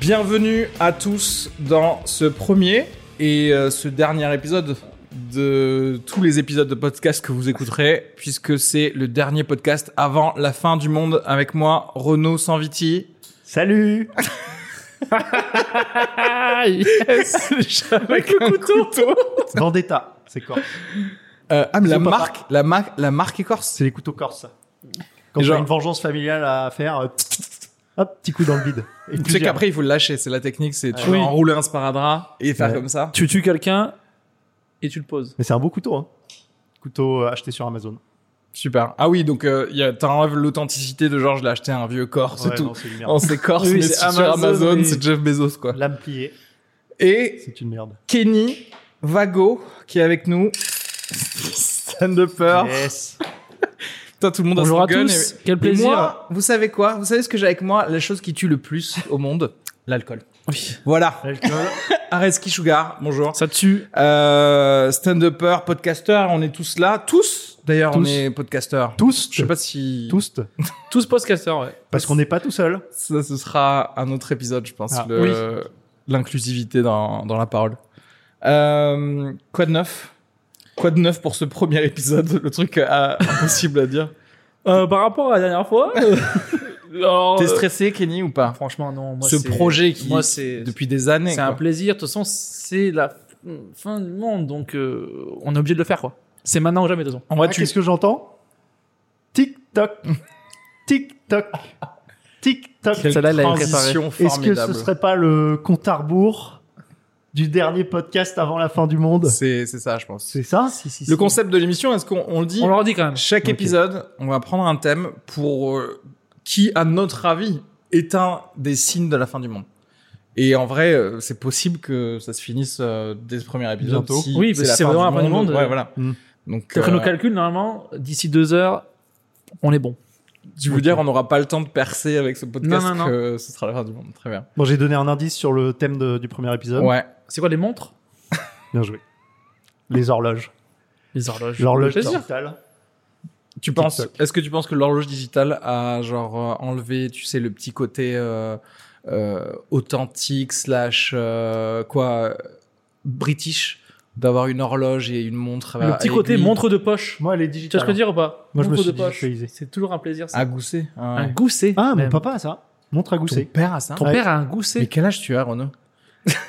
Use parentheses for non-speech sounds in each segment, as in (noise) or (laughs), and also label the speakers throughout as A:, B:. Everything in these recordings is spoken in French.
A: Bienvenue à tous dans ce premier et euh, ce dernier épisode de tous les épisodes de podcast que vous écouterez, puisque c'est le dernier podcast avant la fin du monde avec moi, Renaud Sanviti.
B: Salut
A: avec le couteau.
B: Vendetta, c'est corse.
A: Euh, ah, mais
B: C'est
A: la
B: au papa.
A: marque, la marque, la marque écorce.
B: C'est les couteaux corses. ça. Quand
A: Et
B: j'ai
A: genre-
B: une vengeance familiale à faire, euh, hop, petit coup dans le vide. Et
A: Tu sais
B: plusieurs.
A: qu'après, il faut le lâcher. C'est la technique, c'est tu
B: Ah
A: vas
B: oui.
A: enrouler un sparadrap et faire
B: Ouais.
A: comme ça.
C: Tu tues quelqu'un et tu le poses.
B: Mais c'est un beau couteau, hein. Couteau euh, acheté sur Amazon.
A: Super. Ah oui, donc euh, y a- t'enlèves l'authenticité de genre, je l'ai acheté à un vieux corps, Oh, c'est
B: Ouais,
A: tout.
B: non, c'est une
A: On
B: merde.
A: s'écorce,
C: Oui,
A: mais
C: c'est
A: c'est sur
C: Amazon,
A: Amazon,
C: oui.
A: c'est Jeff Bezos, quoi.
B: Lame pliée,
A: Et
B: c'est une merde.
A: Kenny Vago, qui est avec nous. Stand-upper.
B: Yes.
A: Toi, tout le monde
C: Bonjour
A: a
C: à
A: son gun.
C: tous,
A: et-
C: quel
A: et
C: plaisir.
A: moi, vous savez quoi Vous savez ce que j'ai avec moi La chose qui tue le plus au monde L'alcool.
C: Oui.
A: Voilà.
B: L'alcool.
A: Areski Sugar, bonjour.
C: Ça tue.
A: Euh, stand-upper, podcaster, on est tous là. Tous, d'ailleurs, on
B: Tous.
A: est podcaster.
B: Tous.
A: Je sais pas si...
B: Tous.
C: Tous podcasters, ouais.
B: Parce qu'on n'est pas tout seul.
A: Ça, ce sera un autre épisode, je pense.
B: Ah,
A: le- L'inclusivité dans, dans la parole. Euh, quoi de neuf Quoi de neuf pour ce premier épisode Le truc euh, (laughs) impossible à dire.
C: Euh, par rapport à la dernière fois.
A: (laughs)
C: euh, alors,
A: T'es
C: euh,
A: stressé, Kenny, ou pas
C: Franchement, non. Moi,
A: Ce
C: c'est-
A: projet qui-
C: Moi, c'est.
A: Depuis des années.
C: C'est un
A: quoi.
C: plaisir. De toute façon, c'est la fin- fin du monde, donc euh, on est obligé de le faire, quoi. C'est maintenant ou jamais, de toute façon.
A: En vrai,
B: Ah,
A: tu...
B: Qu'est-ce que j'entends
A: (laughs)
B: Tic-toc. Tic-toc. Tic-toc.
A: Quelle
C: Celle-là, elle a été
A: transition
B: Est-ce que
A: formidable.
B: ce serait pas le compte à rebours du dernier podcast avant la fin du monde
A: C'est c'est ça, je pense.
B: C'est ça
A: Le concept de l'émission, est-ce qu'on on le dit
C: On leur dit quand même.
A: Chaque
B: Ok.
A: épisode, on va prendre un thème pour euh, qui, à notre avis, est un des signes de la fin du monde. Et en vrai, euh, c'est possible que ça se finisse euh, dès ce premier épisode.
B: Bientôt.
A: Si
C: Oui, parce que c'est vraiment la fin du monde,
A: Ouais,
C: euh,
A: voilà.
B: Mm.
A: Donc,
C: D'après
A: euh,
C: nos calculs, normalement, d'ici deux heures, on est bon.
A: tu veux dire, on n'aura pas le temps de percer avec ce podcast
C: Non, non, non.
A: que ce sera la fin du monde. Très bien.
B: Bon, j'ai donné un indice sur le thème de- du premier épisode.
A: Ouais.
C: C'est quoi les montres
B: Bien joué. Les horloges.
C: Les horloges.
B: L'horloge
C: Plaisir.
B: digitale.
A: Tu penses
B: TikTok.
A: Est-ce que tu penses que l'horloge digitale a genre euh, enlevé, tu sais, le petit côté euh, euh, authentique slash euh, quoi euh, british d'avoir une horloge et une montre à-
C: Le petit
A: à
C: côté
A: aiguille
C: montre de poche.
B: Moi, elle est
C: Tu vois
B: digitale. hein.
C: ce que je veux dire ou pas
B: Moi, je me
C: Montre
B: suis
C: de poche.
B: digitalisé.
C: C'est toujours un plaisir. ça.
A: à gousser ouais.
C: Un gousset.
B: Ah, mon
C: même.
B: papa a ça. Montre à
A: Ton
B: gousset.
A: père a ça
C: Ton
B: Ouais.
C: père a un
A: Mais
C: gousset.
A: quel âge tu as, Renaud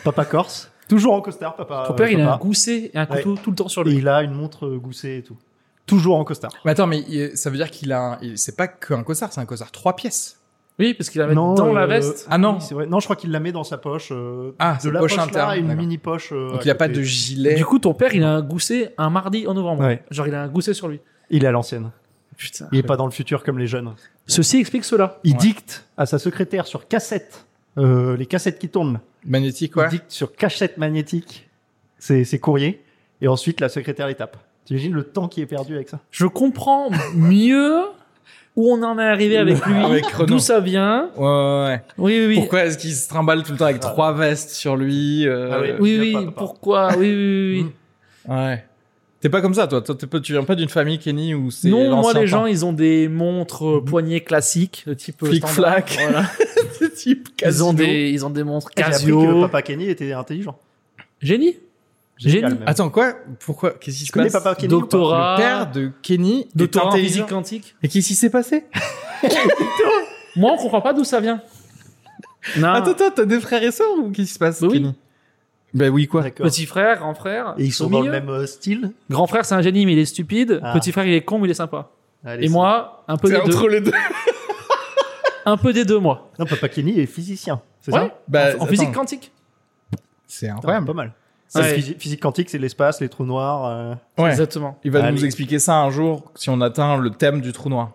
B: Papa corse. Toujours en costard, papa.
C: Ton père, il a
B: papa.
C: un gousset et un couteau tout le temps sur
B: euh, Et
C: lui.
B: il a une montre gousset et tout. Toujours en costard.
A: Mais attends, mais il- ça veut dire qu'il a, un- il- c'est pas qu'un cossard, c'est un cossard trois pièces.
C: Oui, parce qu'il la met
B: Non,
C: dans
B: euh,
C: la veste.
A: Ah non.
B: Oui, c'est vrai. Non, je crois qu'il la met dans sa poche. euh,
A: Ah,
B: de
A: c'est
B: la
A: poche
B: poche,
A: interne.
B: là et une
A: d'accord.
B: mini poche. euh,
A: Donc
B: à
A: il n'y a pas
B: côté.
A: de gilet.
C: Du coup, ton père, il a un gousset un mardi en novembre.
B: Ouais.
C: Genre, il a un gousset sur lui.
B: Il est à l'ancienne.
C: Putain.
B: Il est pas dans le futur comme les jeunes.
C: Ceci explique cela.
B: Il
A: Ouais.
B: dicte à sa secrétaire sur cassette. euh, les cassettes qui tournent.
A: magnétique,
B: Il
A: ouais.
B: dicte sur cachette magnétique ses, ses courriers et ensuite la secrétaire les tape. T'imagines le temps qui est perdu avec ça
C: Je comprends mieux où on en est arrivé avec lui,
A: Ah, Avec Renaud.
C: d'où ça vient.
A: Ouais, ouais, ouais.
C: Oui, oui, oui.
A: Oh, Pourquoi est-ce qu'il se trimballe tout le temps avec
B: Ah.
A: trois vestes sur lui euh,
B: Ah oui.
C: oui,
B: Il y a
C: oui,
B: pas, papa.
C: pourquoi Oui, oui, oui, oui.
A: Ouais. T'es pas comme ça, toi. toi t'es pas- tu viens pas d'une famille Kenny où (laughs) c'est.
C: Non, moi,
A: l'ancien
C: les
A: temps.
C: gens, ils ont des montres
B: Mm-hmm.
C: euh, poignées classiques, de type euh, standard.
A: flic-flac.
C: Voilà.
A: (laughs) C'est type
C: Ils
A: Casio.
C: ont des, ils ont des montres
B: J'ai appris que
C: Casio.
B: papa Kenny était intelligent.
C: Génie.
B: Génial,
C: Génie.
B: même.
A: Attends, quoi Pourquoi Qu'est-ce qui se
B: Tu connais
A: passe
B: papa Kenny ou pas
C: Doctorat.
A: Le père de Kenny
C: de
A: est
C: temps en
A: intelligent.
C: physique quantique.
A: Et qu'est-ce qui s'est passé
C: Moi, on comprend pas d'où ça vient. Non.
B: Ah,
A: Attends, attends, t'as des frères et sœurs ou qu'est-ce qui se passe
C: Ah. Bah oui.
A: Kenny Bah oui, quoi
B: D'accord.
C: Petit frère, grand frère.
B: Et ils
C: au
B: sont dans le
C: milieu.
B: même euh, style.
C: Grand frère, c'est un génie, mais il est stupide.
B: Ah.
C: Petit frère, il est con, mais il est sympa.
B: Allez,
C: Et
B: c'est-
C: moi, un peu,
A: C'est
C: des deux,
A: entre les deux.
C: un peu des deux, moi.
B: Non, Papa Kenny est physicien. C'est
C: Ouais,
B: ça
A: Bah,
C: en, en physique quantique.
A: C'est
B: Putain,
A: incroyable.
B: Pas mal.
C: Ouais.
B: C'est physique, physique quantique, c'est l'espace, les trous noirs. euh,
A: Ouais.
C: Exactement.
A: Il va
B: Allez.
A: nous expliquer ça un jour si on atteint le thème du trou noir.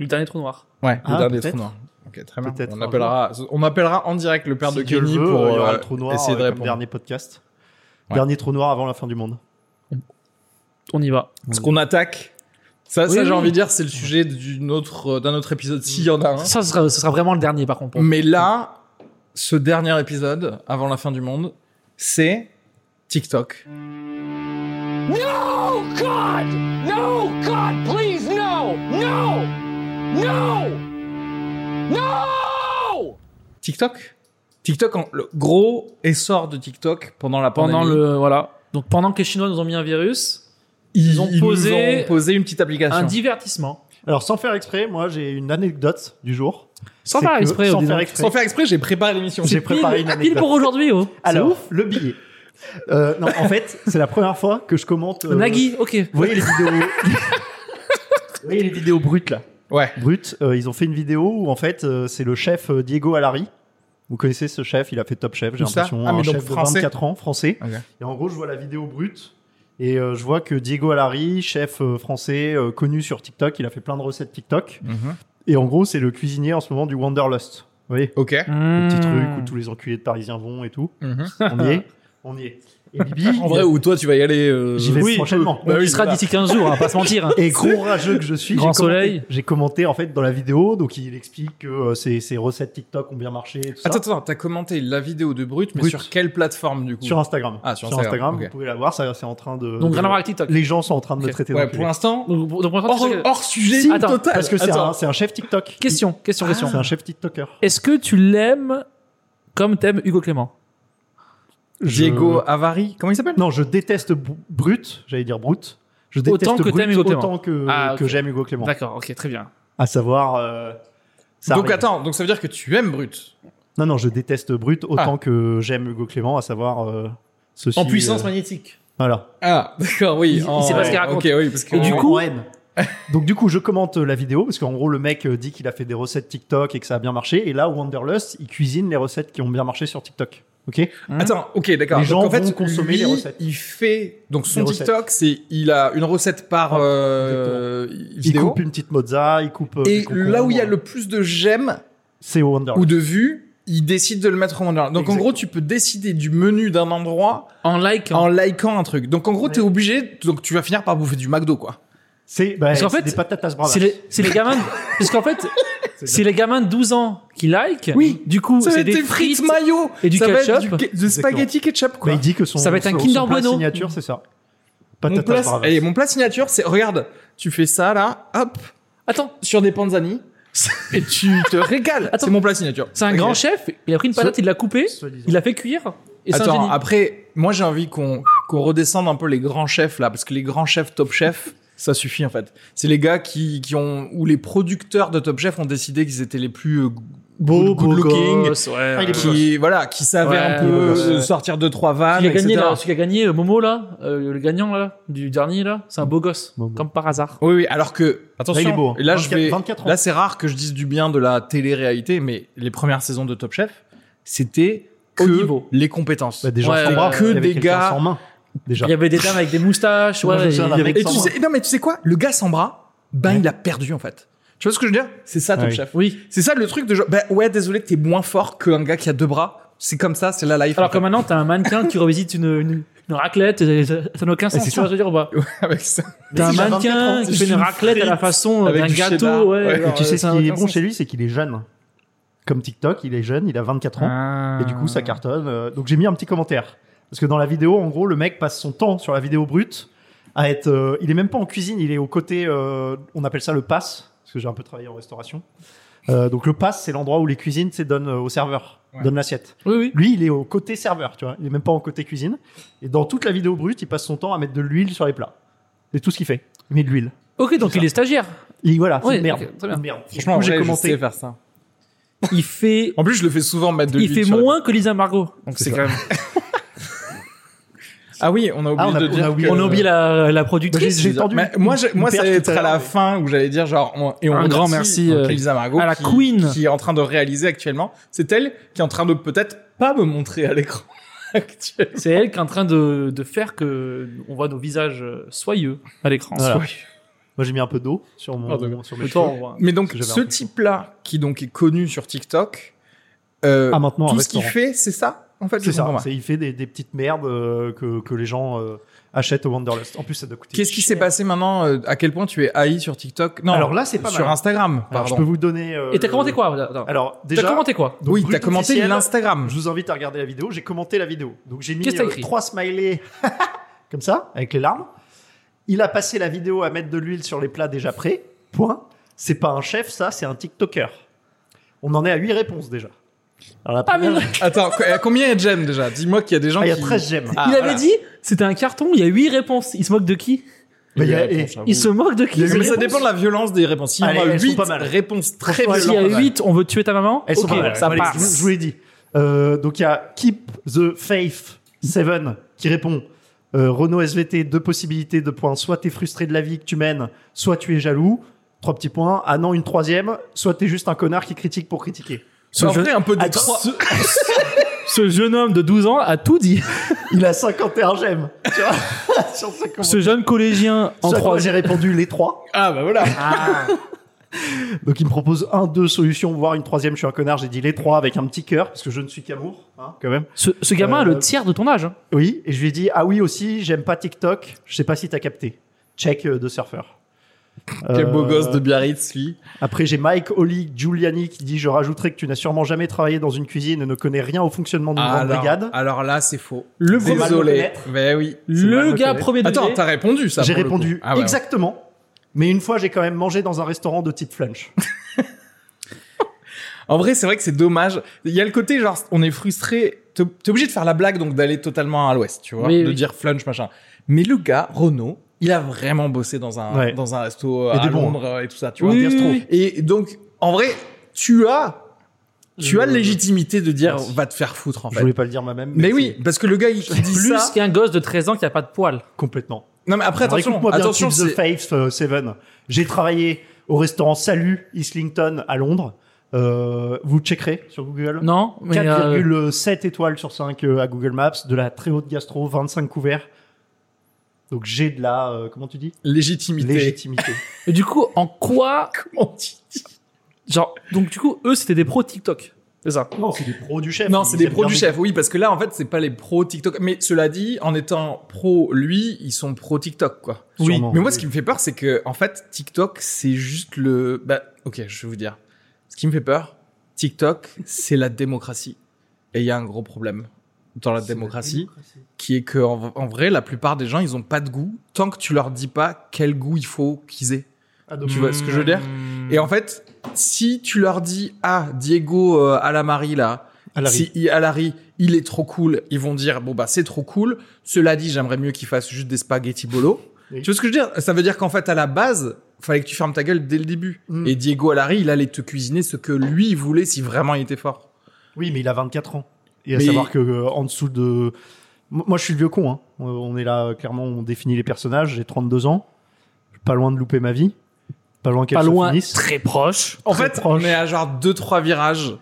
C: Le dernier trou noir.
A: Ouais, le
B: Ah,
A: dernier
B: peut-être.
A: trou noir. Ok, très bien.
B: Peut-être
A: On
B: un
A: appellera, on appellera en direct le père
B: si
A: de
B: Dieu le
A: Kenny
B: veut,
A: pour
B: il y aura
A: euh,
B: le trou noir
A: essayer de
B: euh, comme
A: répondre.
B: dernier podcast.
A: Ouais.
B: Dernier trou noir avant la fin du monde.
C: On y va.
A: Ce qu'on attaque, ça,
C: Oui,
A: ça j'ai
C: oui.
A: envie de dire, c'est le sujet d'une autre, euh, d'un autre épisode s'il y en a un.
C: Ça, ce sera, ce sera vraiment le dernier, par contre. pour-
A: Mais là, ce dernier épisode, avant la fin du monde, c'est TikTok.
D: No, God! No, God, please, no! No! No! No!
A: TikTok TikTok, en- le gros essor de TikTok pendant la pandémie.
C: Pendant le. Voilà. Donc pendant que les Chinois nous ont mis un virus,
A: ils,
C: ont
A: ils
C: posé
A: nous ont posé une petite
C: un
A: application.
C: divertissement.
B: Alors, sans faire exprès, moi, j'ai une anecdote du jour.
C: Sans
B: C'est
C: faire
B: que-
C: exprès,
B: sans
C: dis
B: faire
C: donc.
B: exprès.
A: Sans faire exprès, j'ai préparé l'émission.
B: J'ai préparé une
C: Pile-
B: anecdote.
C: Pile pour aujourd'hui, oh. C'est
B: Alors,
C: ouf.
B: le billet. Euh, non, en fait, c'est la première fois que je commente. euh,
C: Nagui, ok.
B: Vous voyez les vidéos. vous
C: (laughs)
B: voyez les vidéos brutes là.
A: Ouais.
B: Brutes, euh, ils ont fait une vidéo où en fait, euh, c'est le chef euh, Diego Alari. Vous connaissez ce chef, il a fait Top Chef, j'ai
A: Où ça
B: l'impression.
A: Ah, mais
B: un
A: donc
B: chef de
A: français.
B: 24 ans, français.
A: Ok.
B: Et en gros, je vois la vidéo brute. Et euh, je vois que Diego Alari, chef euh, français euh, connu sur TikTok, il a fait plein de recettes TikTok.
A: Mhm.
B: Et en gros, c'est le cuisinier en ce moment du Wanderlust. Vous voyez
A: Ok.
B: Le
A: Hmm.
B: petit truc
C: Mmh.
B: où tous les enculés de Parisiens vont et tout.
A: Mhm.
B: On y
A: (laughs)
B: est. On y est. Et Bibi,
A: En vrai,
B: il-
A: où toi tu vas y aller euh,
B: J'y vais
A: oui,
B: prochainement.
A: peu. Bah
C: On
A: oui,
C: y sera
A: voilà.
C: d'ici 15 jours, on va pas se mentir. hein.
B: (laughs) Et gros rageux que je suis,
C: Grand
B: j'ai commenté-
C: soleil.
B: J'ai commenté en fait dans la vidéo, donc il explique que euh, ses, ses recettes TikTok ont bien marché. et tout ça.
A: Attends, attends, t'as commenté la vidéo de Brut, mais
B: Brut.
A: sur quelle plateforme du coup
B: sur Instagram.
A: Ah, sur Instagram, ok.
B: vous pouvez la voir, ça c'est en train de.
C: Donc
B: de-
C: rien à voir avec TikTok.
B: Les gens sont en train de
C: Ok.
B: me traiter
A: Ouais,
B: d'enculé.
A: pour l'instant,
C: Donc, donc, pour l'instant,
A: hors,
C: tu sais que-
A: hors sujet
C: Si, attends,
A: total.
B: Parce que c'est
A: Attends.
B: un, c'est un chef TikTok. Ah,
C: Question, question, question.
B: C'est un chef TikToker.
C: Est-ce que tu l'aimes comme t'aimes Hugo Clément
A: Diego Avari, comment il s'appelle
B: Non, je déteste Br- Brut, j'allais dire Brut. Je
C: Autant
B: déteste
C: que
B: Brut
C: t'aimes Hugo Clément.
B: autant que,
C: Ah, ok.
B: que j'aime Hugo Clément.
C: D'accord, ok, très bien.
B: À savoir. euh, ça
A: Donc
B: arrive.
A: attends, donc ça veut dire que tu aimes Brut
B: Non, non, je déteste Brut autant que j'aime Hugo Clément, à savoir euh, ceci.
A: Ah. en puissance
B: euh,
A: magnétique.
B: Voilà.
A: Ah, (laughs) d'accord, oui. Oh,
C: Il- il sait pas ce qu'il raconte.
A: Ok, oui, parce que
C: Et du
B: On-
C: coup-
B: on aime. (laughs) Donc du coup, je commente euh, la vidéo parce qu'en gros, le mec euh, dit qu'il a fait des recettes TikTok et que ça a bien marché. Et là, Wanderlust, il cuisine les recettes qui ont bien marché sur TikTok. Ok.
A: Attends, ok, d'accord.
B: Les
A: Donc,
B: gens
A: en fait,
B: vont consommer
A: lui,
B: les recettes.
A: Il fait donc son
B: Les recettes.
A: TikTok, c'est il a une recette par
B: Ouais,
A: euh,
B: Il
A: vidéo.
B: coupe une petite mozza, il coupe. euh,
A: et
B: du concombre.
A: là où il y a le plus de j'aime
B: c'est au Wanderlust.
A: ou de vues, il décide de le mettre en Wonderland. Donc en
B: Exactement.
A: gros, tu peux décider du menu d'un endroit
C: En like, hein.
A: en likant un truc. Donc en gros,
B: Ouais.
A: t'es obligé. Donc tu vas finir par bouffer du McDo, quoi.
B: C'est bah,
C: Parce qu'en
B: c'est
C: fait,
B: des patatas bravas.
C: c'est les, c'est les gamins. de- Parce qu'en fait, c'est les gamins de 12 ans qui like.
A: Oui.
C: Du coup,
A: Ça va
C: c'est
A: être
C: des frites.
A: mayo
C: et du
A: ça Va
C: ketchup.
A: être du, ke- du spaghetti ketchup, quoi.
B: Mais Bah, il dit que son
C: Ça va être un
B: son-
C: Kinder
B: son plat
C: Bueno.
B: signature, c'est ça.
A: mon,
B: Patatas
A: plat,
B: bravas.
A: allez, mon plat signature, c'est regarde, tu fais ça là, hop,
C: Attends,
A: sur des panzani, et tu
C: (laughs)
A: te régales.
C: Attends.
A: C'est mon plat signature.
C: c'est un
A: Ok.
C: grand chef. Il a pris une patate, il l'a coupée,
B: Soi-disant.
C: il l'a fait cuire. Et c'est un
A: Attends,
C: génie.
A: après, moi j'ai envie qu'on qu'on redescende un peu les grands chefs là, parce que les grands chefs Top Chef, ça suffit en fait. C'est les gars qui, qui ont, ou les producteurs de Top Chef ont décidé qu'ils étaient les plus euh,
B: Beau,
A: good,
B: beau
A: good looking,
C: Gosse, ouais,
B: Ah, il est
C: ouais.
B: beau gosse.
A: qui, voilà, qui savaient
C: Ouais,
A: un peu
C: beau
B: gosse,
A: euh,
B: ouais.
A: sortir deux, trois vannes.
C: Celui qui a gagné,
A: etc.
C: là, celui qui a gagné, euh, Momo, là, euh, le gagnant, là, du dernier, là, c'est un beau gosse,
B: Momo.
C: comme par hasard.
A: Oui, oui, alors que, attention,
B: il est beau, hein.
A: et là, je
B: 24
A: vais,
B: 24 ans.
A: là c'est rare que je dise du bien de la télé-réalité, mais les premières saisons de Top Chef, c'était
C: Haut
A: que
C: niveau.
A: les compétences.
B: Bah, des gens
C: Ouais,
B: sans
C: ouais,
B: bras,
A: que
B: il y avait
A: des
B: quelqu'un
A: gars-
B: sans main. Déjà.
C: Il y avait des dames avec des moustaches,
B: Moi,
C: ouais,
B: je me
C: il y
B: souviens d'un
C: avait
B: mec
A: Et
B: sans
A: tu
B: bras.
A: sais, non, mais tu sais quoi Le gars sans bras, ben
B: Ouais.
A: il a perdu en fait. Tu vois ce que je veux dire C'est ça Top
B: Ouais.
A: Chef.
C: Oui.
A: C'est ça le truc de genre, ben ouais, désolé, t'es moins fort qu'un gars qui a deux bras. C'est comme ça, c'est la life.
C: Alors
A: en
C: que maintenant, t'as un mannequin qui revisite une, une, une raclette, et ça ça n'a aucun sens,
B: c'est
C: tu vois ce que je veux dire bah. ou
A: fait.
C: pas
A: Ouais, (laughs) avec ça.
C: T'as un
B: Mais il a 24
C: mannequin
B: ans,
C: qui fait
A: c'est
C: une
A: une
C: raclette à la
A: frite
C: façon euh,
A: avec
C: d'un
A: du cheddar.
C: gâteau, ouais.
A: Ouais.
C: alors,
B: Et tu sais
C: euh,
B: ce
C: ça n'a
B: qui est
C: aucun
B: bon
C: sens.
B: chez lui, c'est qu'il est jeune. Comme TikTok, il est jeune, il a 24 ans. Et du coup, ça cartonne. Euh, Donc j'ai mis un petit commentaire. Parce que dans la vidéo, en gros, le mec passe son temps sur la vidéo brute à être. euh, il est même pas en cuisine, il est au côté. euh, on appelle ça le pass, parce que j'ai un peu travaillé en restauration. Euh, donc le pass, c'est l'endroit où les cuisines tu sais, donnent euh, au serveur,
A: Ouais.
B: donnent l'assiette.
C: Oui, oui.
B: Lui, il est au côté serveur, tu vois. Il est même pas en côté cuisine. Et dans toute la vidéo brute, il passe son temps à mettre de l'huile sur les plats. C'est tout ce qu'il fait. Il met de l'huile.
C: Ok, donc il est stagiaire.
B: Et voilà, c'est
C: Ouais,
B: une merde.
C: ok, très bien.
B: Une merde.
A: Franchement,
B: Du coup,
A: j'ai
B: j'ai
A: commenté
B: commenté.
A: faire ça.
C: il fait,
A: En plus, je le fais souvent mettre de
C: il
A: l'huile
C: fait
A: sur la-
C: moins que Lisa Margot. Donc
A: C'est
C: c'est quand même.
A: Ah oui, on a oublié
B: Ah, on a-
A: de
B: on
A: dire.
B: a oublié-
A: que-
C: On a oublié la, la productrice.
B: J'ai tendu
A: Mais
B: une-
A: moi,
B: une
A: Euh, j'ai- moi, ça
B: perche
A: allait être
B: tout
A: à la
B: l'heure.
A: fin où j'allais dire genre on- et on
C: Un
A: remercie,
C: grand merci, euh,
A: Elisa Margot
C: à la
A: qui,
C: Queen.
A: qui est en train de réaliser actuellement. C'est elle qui est en train de peut-être pas me montrer à l'écran (laughs) actuellement.
C: C'est elle qui est en train de, de faire que on voit nos visages euh, soyeux à l'écran.
B: Voilà.
C: Soyeux.
B: Moi, j'ai mis un peu d'eau sur mon,
A: Pardon.
B: sur mes
C: Et toi,
B: cheveux.
C: on voit-
A: Mais donc
B: Parce que j'avais
A: ce
B: un peu
A: type-là qui donc est connu sur TikTok, euh,
B: Ah, maintenant, un
A: tout ce qu'il
B: restaurant.
A: fait, c'est ça en fait. je
B: C'est ça.
A: comprends pas.
B: c'est- Il fait des, des petites merdes euh, que, que les gens euh, achètent au Wanderlust. En plus, ça doit coûter.
A: Qu'est-ce qui s'est passé maintenant euh, À quel point tu es haï sur TikTok Non,
B: Alors là, c'est pas
A: sur
B: mal.
A: Instagram.
B: Alors, je
A: Pardon.
B: peux vous donner. euh,
C: Et t'as
B: le-
C: commenté quoi Attends.
B: Alors déjà.
C: T'as commenté quoi
B: donc,
A: oui,
B: brut
A: t'as commenté
B: officiel,
A: l'Instagram.
B: Je vous invite à regarder la vidéo. J'ai commenté la vidéo. Donc j'ai mis
C: Qu'est-ce que t'as
B: euh,
C: écrit
B: trois smileys (laughs) comme ça avec les larmes. Il a passé la vidéo à mettre de l'huile sur les plats déjà prêts. Point. C'est pas un chef, ça, c'est un TikToker. On en est à huit réponses déjà. Alors la
C: Ah, mais
B: première-
A: Attends, co- euh, combien il y a de j'aime déjà Dis-moi qu'il y a des gens
B: Ah, il y a
A: qui.
B: 13 j'aime.
A: Ah,
C: il avait
A: voilà.
C: dit c'était un carton, il y a 8 réponses. Il se moque de qui
B: Bah, il y a-
A: Ah, Il y a-
B: et-
C: Il se moque de qui
A: Mais
C: ces
A: ça
C: réponses
A: dépend de la violence des réponses. Il y en
B: Allez,
A: a
B: elles sont
A: 8
B: pas mal.
A: réponses très
B: Franchement,
A: violentes.
B: elles sont
C: S'il y a
B: pas mal.
C: 8, on veut tuer ta maman
B: Elles sont
C: Ok,
B: pas mal.
C: ça
B: Allez,
C: passe.
B: Je, vous- je vous l'ai dit. Euh, donc il y a Keep the Faith 7 qui répond euh, Renault SVT, deux possibilités, deux points. Soit t'es frustré de la vie que tu mènes, soit tu es jaloux. Trois petits points. Ah non, une troisième. Soit t'es juste un connard qui critique pour critiquer.
A: En vrai, un peu de
C: à
A: trois.
C: ce, ce jeune homme de 12 ans a tout dit.
B: Il a 51 j'aime. (laughs) Tu vois Sur ce comment-
C: Ce jeune collégien
B: Soit
C: en
B: moi,
C: trois
B: j'ai répondu les trois.
A: Ah bah voilà.
B: Donc il me propose un, deux solutions, voire une troisième. Je suis un connard. J'ai dit les trois avec un petit cœur parce que je ne suis qu'amour, hein, quand même.
C: Ce, ce gamin a
B: Euh,
C: le tiers de ton âge. hein.
B: Oui, et je lui ai dit ah oui aussi, j'aime pas TikTok. Je sais pas si t'as capté. Check euh, de surfeur.
A: (laughs) Ah, Quel beau
B: Euh,
A: gosse de Biarritz, lui.
B: Après j'ai Mike Oli Giuliani qui dit je rajouterai que tu n'as sûrement jamais travaillé dans une cuisine et ne connais rien au fonctionnement d'une grande brigade.
A: Ah, alors là, c'est faux.
C: Le
B: premier-
A: Désolé.
B: Mal
A: Mais oui.
C: Le
B: mal
C: gars
B: reconnaître.
C: premier degré.
A: Attends, t'as répondu ça.
B: J'ai
A: pour le coup.
B: répondu
A: Ah ouais.
B: exactement. Mais une fois j'ai quand même mangé dans un restaurant de type flunch.
A: En vrai, c'est vrai que c'est dommage. Il y a le côté genre, on est frustré. T'es t'es obligé de faire la blague, donc d'aller totalement à l'ouest, tu vois,
C: Oui,
A: de
C: oui.
A: dire flunch machin. Mais le gars, Renault, il a vraiment bossé dans un
B: Ouais.
A: dans un resto
B: Et
A: à
B: des bons,
A: Londres euh, et tout ça, tu
C: Oui,
A: vois.
C: oui,
A: gastro.
C: oui.
A: Et donc, en vrai, tu as tu
B: Je-
A: as la légitimité de dire
B: Merci.
A: va te faire foutre en
B: Je
A: fait.
B: voulais pas le dire moi-même.
A: Mais
B: c'est
A: oui, parce que le gars il qui dit
C: plus
A: ça.
C: qu'un gosse de 13 ans qui a pas de poils.
B: complètement.
A: Non mais après
B: Alors,
A: attention,
B: écoute-moi bien,
A: attention,
B: Keep the
A: c'est-
B: Faith 7. J'ai travaillé au restaurant Salut Islington à Londres. Euh, vous checkerez sur Google.
C: Non, mais euh,
B: 4,7 étoiles sur 5 euh, à Google Maps, de la très haute gastro, 25 couverts. Donc j'ai de la, euh, comment tu dis
A: légitimité.
B: Légitimité.
C: mais du coup, en quoi
A: Comment tu dis
C: genre donc du coup, eux c'était des pros TikTok. C'est ça.
B: non, c'est des pros du chef.
A: Non, c'est
B: Ils
A: des
B: aiment
A: pros
B: bien
A: du
B: les-
A: chef. Oui, parce que là en fait, c'est pas les pros TikTok, mais cela dit, en étant pro lui, ils sont pro TikTok quoi.
B: Oui.
A: Sûrement. Mais moi
B: Oui.
A: ce qui me fait peur, c'est que en fait, TikTok c'est juste le bah OK, je vais vous dire. Ce qui me fait peur, TikTok, c'est la démocratie. Et il y a un gros problème dans la démocratie. qui est que en, en vrai la plupart des gens ils ont pas de goût tant que tu leur dis pas quel goût il faut qu'ils aient
B: Ah, donc-
A: Tu vois ce que je veux dire
C: Hmm,
A: et
B: Mm.
A: en fait si tu leur dis ah Diego euh, à la Marie là
B: À la
A: si il- à la Marie, il est trop cool ils vont dire bon bah c'est trop cool cela dit j'aimerais mieux qu'il fasse juste des spaghettis bolo
B: Oui.
A: tu vois ce que je veux dire ça veut dire qu'en fait à la base fallait que tu fermes ta gueule dès le début
B: Mm.
A: et Diego à la Marie, il allait te cuisiner ce que lui il voulait si vraiment il était fort
B: Oui, mais il a 24 ans. Et à
A: Mais-
B: savoir que euh, en dessous de. M- Moi, je suis le vieux con. Hein. Euh, On est là, euh, clairement, on définit les personnages. J'ai 32 ans. Je suis Pas loin de louper ma vie. Pas loin qu'elle
C: pas
B: se
C: loin,
B: finisse.
C: très proche.
A: en
B: Très
A: fait
B: proche.
A: on est à genre deux trois virages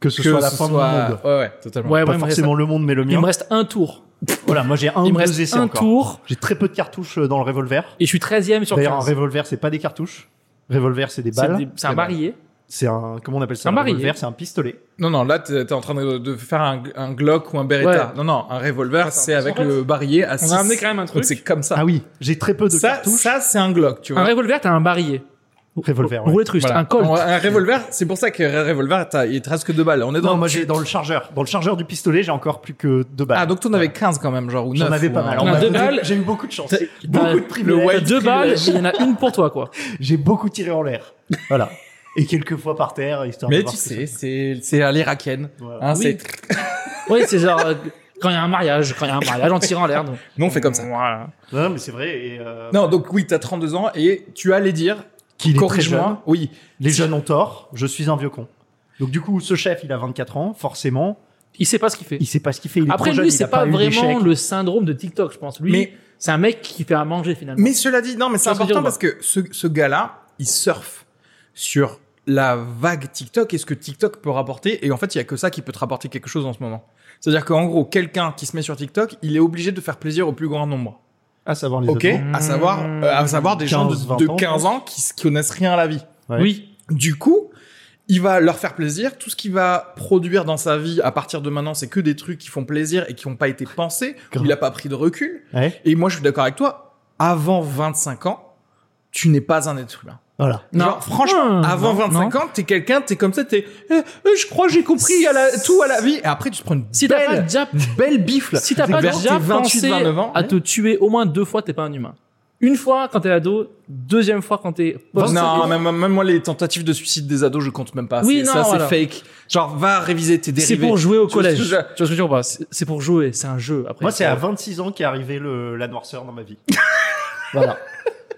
B: Que ce
A: que
B: soit la
A: ce
B: fin
A: soit-
B: du monde.
A: ouais ouais totalement
C: Ouais,
B: Pas
C: ouais, il me reste-
B: forcément le monde, mais le
C: il
B: mien.
C: me reste un tour.
B: Voilà, moi j'ai un ou
C: il me
B: deux
C: reste
B: essais
C: un
B: encore.
C: tour
B: J'ai très peu de cartouches euh, dans le revolver.
C: et je suis 13e sur
B: D'ailleurs, un
C: 15.
B: revolver, c'est pas des cartouches. Revolver, c'est des
C: C'est
B: balles.
C: des- C'est un barillet.
B: C'est un. Comment on appelle ça
C: Un
B: Un
C: barillet.
B: revolver, c'est un pistolet.
A: Non, non, là, t'es t'es en train de, de faire un, un Glock ou un Beretta.
C: Ouais.
A: Non, non, un revolver, c'est
C: parce
A: avec
C: qu'en fait,
A: le barillet à
C: On
A: 6.
C: a amené quand même un truc.
A: C'est comme ça.
B: Ah oui, j'ai très peu de
A: ça,
B: cartouches.
A: ça c'est un Glock, tu vois.
C: Un revolver, t'as un barillet.
B: Revolver, ouais.
C: Roulette russe,
A: Voilà.
C: un colt.
A: Un, un revolver, c'est pour ça que un revolver, t'as- il te reste que deux balles. On est dans.
B: Non, moi j'ai dans le chargeur. Dans le chargeur du pistolet, j'ai encore plus que deux balles.
A: Ah, donc t'en avais 15 quand même, genre, ou 9.
B: J'en avais pas mal.
C: un-
B: Alors,
C: un
B: bah,
C: deux
B: j'ai-
C: balles.
B: J'ai eu beaucoup de chance.
C: T'as- t'as-
B: Beaucoup de
A: le
C: T'as
A: white-
B: privilèges.
C: deux balles et il y en a une pour toi, quoi.
B: J'ai beaucoup tiré en l'air. Voilà. Et quelques fois par terre, histoire de
A: Mais
B: voir
A: tu
B: ce que
A: sais,
B: ça-
A: c'est c'est à l'irakienne.
B: Voilà.
A: Hein,
C: Oui.
A: c'est-
C: Ouais, c'est genre euh, quand il y a un mariage, quand il y a un mariage, on tire en l'air. donc.
A: Non, on fait comme ça.
C: Voilà.
B: Non, mais c'est vrai. Et, euh,
A: Non, donc oui, t'as 32 ans et tu allais dire,
B: qu'il est très jeune.
A: corrige-moi. Oui.
B: Les jeunes ont tort. Je suis un vieux con. Donc du coup, ce chef, il a 24 ans, forcément,
C: Il sait pas ce qu'il fait.
B: il sait pas ce qu'il fait. Il est
C: Après,
B: trop jeune,
C: lui,
B: il a
C: c'est pas,
B: eu d'échec.
C: vraiment le syndrome de TikTok, je pense. Lui,
A: Mais-
C: c'est un mec qui fait à manger finalement.
A: Mais cela dit, non, mais c'est
C: Ça, c'est dur,
A: important
C: moi.
A: parce que ce, ce gars-là, il surfe sur la vague TikTok et ce que TikTok peut rapporter. Et en fait, il y a que ça qui peut te rapporter quelque chose en ce moment. C'est-à-dire qu'en gros, quelqu'un qui se met sur TikTok, il est obligé de faire plaisir au plus grand nombre.
B: À savoir les
A: Ok
B: autres.
A: à savoir, euh, à savoir des gens
B: 15, 20
A: de, de
B: ans,
A: 15 ans qui, s- qui connaissent rien à la vie.
B: Ouais.
C: Oui.
A: Du coup, il va leur faire plaisir. Tout ce qu'il va produire dans sa vie à partir de maintenant, c'est que des trucs qui font plaisir et qui n'ont pas été pensés, où
B: Grave.
A: il n'a pas pris de recul.
B: Ouais.
A: Et moi, je suis d'accord avec toi. Avant 25 ans, tu n'es pas un être humain.
B: Voilà.
A: Genre, franchement,
C: Non,
A: avant
C: Ah, non,
A: 25
C: non.
A: ans, t'es quelqu'un, t'es comme ça, t'es, eh, eh, je crois que j'ai compris à la- tout à la vie. Et après, tu te prends une
C: Si t'as pas
A: belle,
C: déjà,
A: belle bifle.
C: si t'as pas
A: Vers tes
C: déjà
A: 28,
C: pensé
A: 29 ans.
C: à te tuer au moins deux fois, t'es pas un humain. Une fois quand t'es ado, deuxième fois quand t'es.
A: Non, même, même moi, les tentatives de suicide des ados, je compte même pas.
C: Oui,
A: C'est-
C: non,
A: ça, c'est
C: voilà.
A: fake. Genre, va réviser tes
C: c'est
A: dérivés.
C: pour jouer au
A: Tu vois ce
C: collège.
A: que
C: Tu
A: je-
C: vois ce que je veux dire ou pas C'est c'est pour jouer, c'est un jeu. Après,
B: Moi, c'est à 26 ans qu'est arrivée le- la noirceur dans ma
A: (laughs)
B: vie. voilà.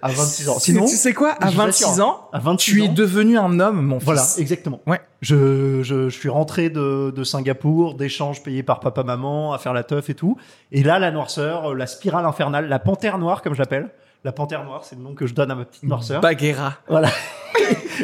B: À 26 ans.
A: C'est-
B: Sinon,
A: tu sais quoi, à
B: je vous
A: 26
B: assure.
A: ans,
B: à 26
A: tu es
B: ans,
A: devenu un homme, mon
B: Voilà,
A: fils.
B: exactement.
A: Ouais.
B: Je, je, je suis rentré de, de Singapour, d'échanges payés par papa-maman, à faire la teuf et tout. Et là, la noirceur, euh, la spirale infernale, la panthère noire, comme je l'appelle. La panthère noire, c'est le nom que je donne à ma
A: Mmh.
B: petite
A: Bah.
B: noirceur,
A: Baguera.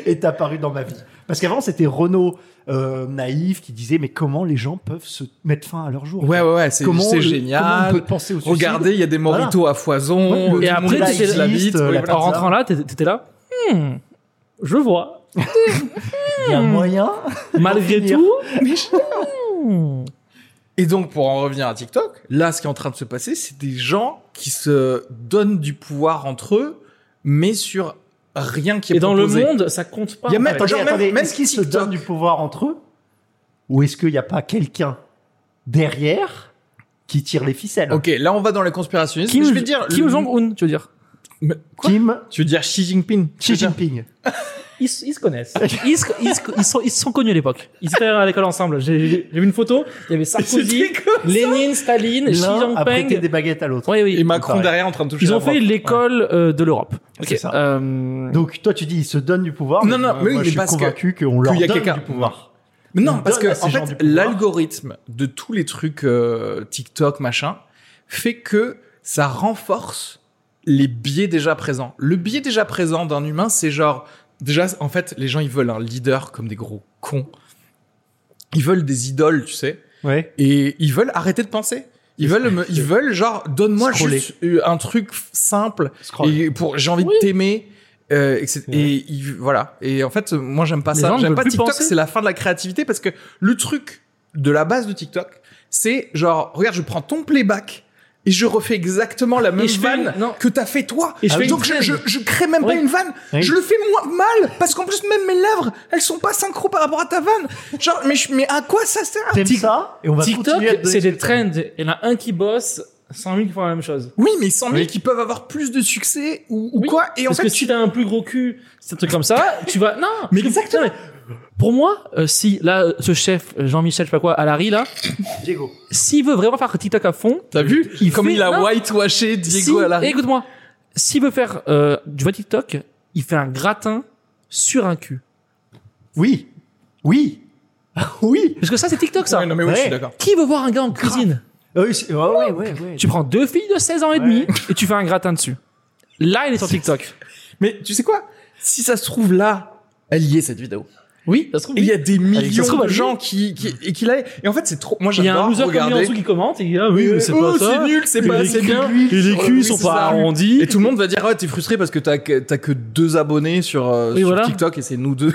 B: est apparue dans ma vie. Parce qu'avant, c'était Renaud euh, naïf qui disait Mais comment les gens peuvent se mettre fin à leur jour
A: Ouais, ouais, ouais, c'est
B: Comment
A: c'est
B: le- comment
A: génial.
B: on peut penser au suicide
A: Regardez, il y a des moritos à
B: Ouais,
A: foison.
B: le-
C: Et
A: tout le
C: après,
A: monde
C: tu
A: se
C: fais
A: la
B: laïciste,
A: bite,
B: euh,
A: oui,
B: la
A: voilà.
C: en rentrant là, t'étais t'étais là. Hmm, je vois.
B: Il y a moyen
C: Malgré
B: finir.
C: tout. hmm.
A: Et donc, pour en revenir à TikTok, là, ce qui est en train de se passer, c'est des gens qui se donnent du pouvoir entre eux, mais sur rien qui est
C: Et dans le
A: proposé.
C: monde, ça compte pas.
A: Il y a
C: en
A: même-
C: fait.
B: Attendez,
A: Genre,
B: attendez,
A: même
B: est-ce qu'ils se
A: TikTok.
B: donnent du pouvoir entre eux Ou est-ce qu'il n'y a pas quelqu'un derrière qui tire les ficelles
A: Ok, là, on va dans les conspirationnistes.
C: Kim,
A: mais je vais dire.
C: Kim
A: le-
C: Jong-un, tu veux dire
A: Mais quoi
B: Kim
A: Tu veux dire Xi Jinping
B: Xi Jinping.
C: ils, s- ils se connaissent. Ils, se- ils, se- ils sont, ils se sont connus à l'époque. Ils étaient à l'école ensemble. J'ai j'ai- j'ai vu une photo. Il y avait Sarkozy,
A: C'était comme-
C: Lénine, Staline, Xi
B: L'un a prêté
C: Jinping.
B: des baguettes à l'autre.
C: Oui, oui.
A: Et Macron
B: pareil.
A: derrière en train de toucher
C: Ils
A: la
C: ont fait
A: porte.
C: l'école euh, de l'europe.
B: C'est ça.
C: Euh,
B: Donc toi tu dis ils se donnent du pouvoir.
A: Non, non,
B: moi,
A: mais oui,
B: moi,
A: mais
B: je suis
A: parce que-
B: convaincu qu'on leur
A: qu'il y a
B: donne
A: quelqu'un.
B: du pouvoir.
A: Mais non,
B: Ils
A: parce que
B: donnent à ces
A: en
B: gens
A: fait,
B: du pouvoir.
A: l'algorithme de tous les trucs euh, TikTok machin fait que ça renforce les biais déjà présents. Le biais déjà présent d'un humain, c'est genre déjà en fait, les gens ils veulent un leader comme des gros cons. Ils veulent des idoles, tu sais,
B: Ouais.
A: et ils veulent arrêter de penser. Ils veulent, me- ils veulent genre donne-moi
B: Scroller.
A: juste euh, un truc simple
C: Oh,
A: et pour j'ai envie de t'aimer euh, etc.
B: Ouais.
A: et il- voilà et en fait moi j'aime pas
C: Les
A: ça
C: gens ne
A: j'aime
C: veulent
A: pas
C: plus
A: TikTok
C: penser.
A: c'est la fin de la créativité parce que le truc de la base de TikTok c'est genre regarde je prends ton playback et je refais exactement la même
C: je fais
A: vanne
C: une- non.
A: que t'as fait toi
C: Et je fais une
A: donc je,
C: vanne.
A: je, je crée même pas
C: Oui.
A: une vanne
B: Oui.
A: je le fais moi mal parce qu'en plus même mes lèvres elles sont pas synchro par rapport à ta vanne genre mais, je- mais à quoi ça sert
B: T'aimes ça Et on va
C: TikTok,
B: continuer à te donner
C: c'est
B: ce
C: des
B: que
C: trends. Il y en a un qui bosse, 100 000 qui font la même chose.
A: oui mais 100 000
B: Oui.
A: qui peuvent avoir plus de succès ou, ou
C: Oui,
A: quoi et en
C: Parce
A: fait
C: que si t'as un plus gros cul, c'est un truc comme ça, tu vas. Non
A: Mais
C: je-
A: exactement.
C: non, mais Pour moi, euh, si là, euh, ce chef, euh, Jean-Michel, je sais pas quoi, Alary, là,
B: t'aimes. Diego.
C: s'il veut vraiment faire TikTok à fond,
A: T'as vu
C: Il
A: Comme
C: fait-
A: il a
C: non.
A: whitewashé Diego
C: si-
A: à la
C: écoute-moi, s'il veut faire euh, du vrai TikTok, il fait un gratin sur un cul.
B: Oui. Oui.
A: Ah
B: oui.
C: Parce que ça, c'est TikTok, ça.
A: Ouais, non, mais oui, je suis
B: Ouais.
A: d'accord.
C: Qui veut voir un gars en cuisine
B: Ah oui, c'est- ah ouais, ouais, ouais.
C: Tu prends deux filles de 16 ans et demi et tu fais un gratin dessus. Là, il est
A: (laughs)
C: sur TikTok.
A: Mais tu sais quoi Si ça se trouve là, elle y est cette vidéo.
C: Oui, ça se trouve.
A: Et il y a des
C: se
A: millions
C: trouve,
A: de
C: elle y est.
A: gens qui, qui et qui l'a. Et en fait, c'est trop. Moi,
C: Il y a un
A: j'adore
C: loser comme lui en
A: regarder.
C: dessous qui commente et il dit ah oui, mais c'est
A: Oh,
C: pas ça.
A: nul, c'est pas assez bien.
C: Et les
A: Oui,
C: culs sont
A: c'est
C: pas
A: ça.
C: arrondis.
A: Et tout le monde va dire ouais, t'es frustré parce que t'as que, t'as que deux abonnés sur, euh,
C: Oui,
A: sur
C: voilà.
A: TikTok et c'est nous deux.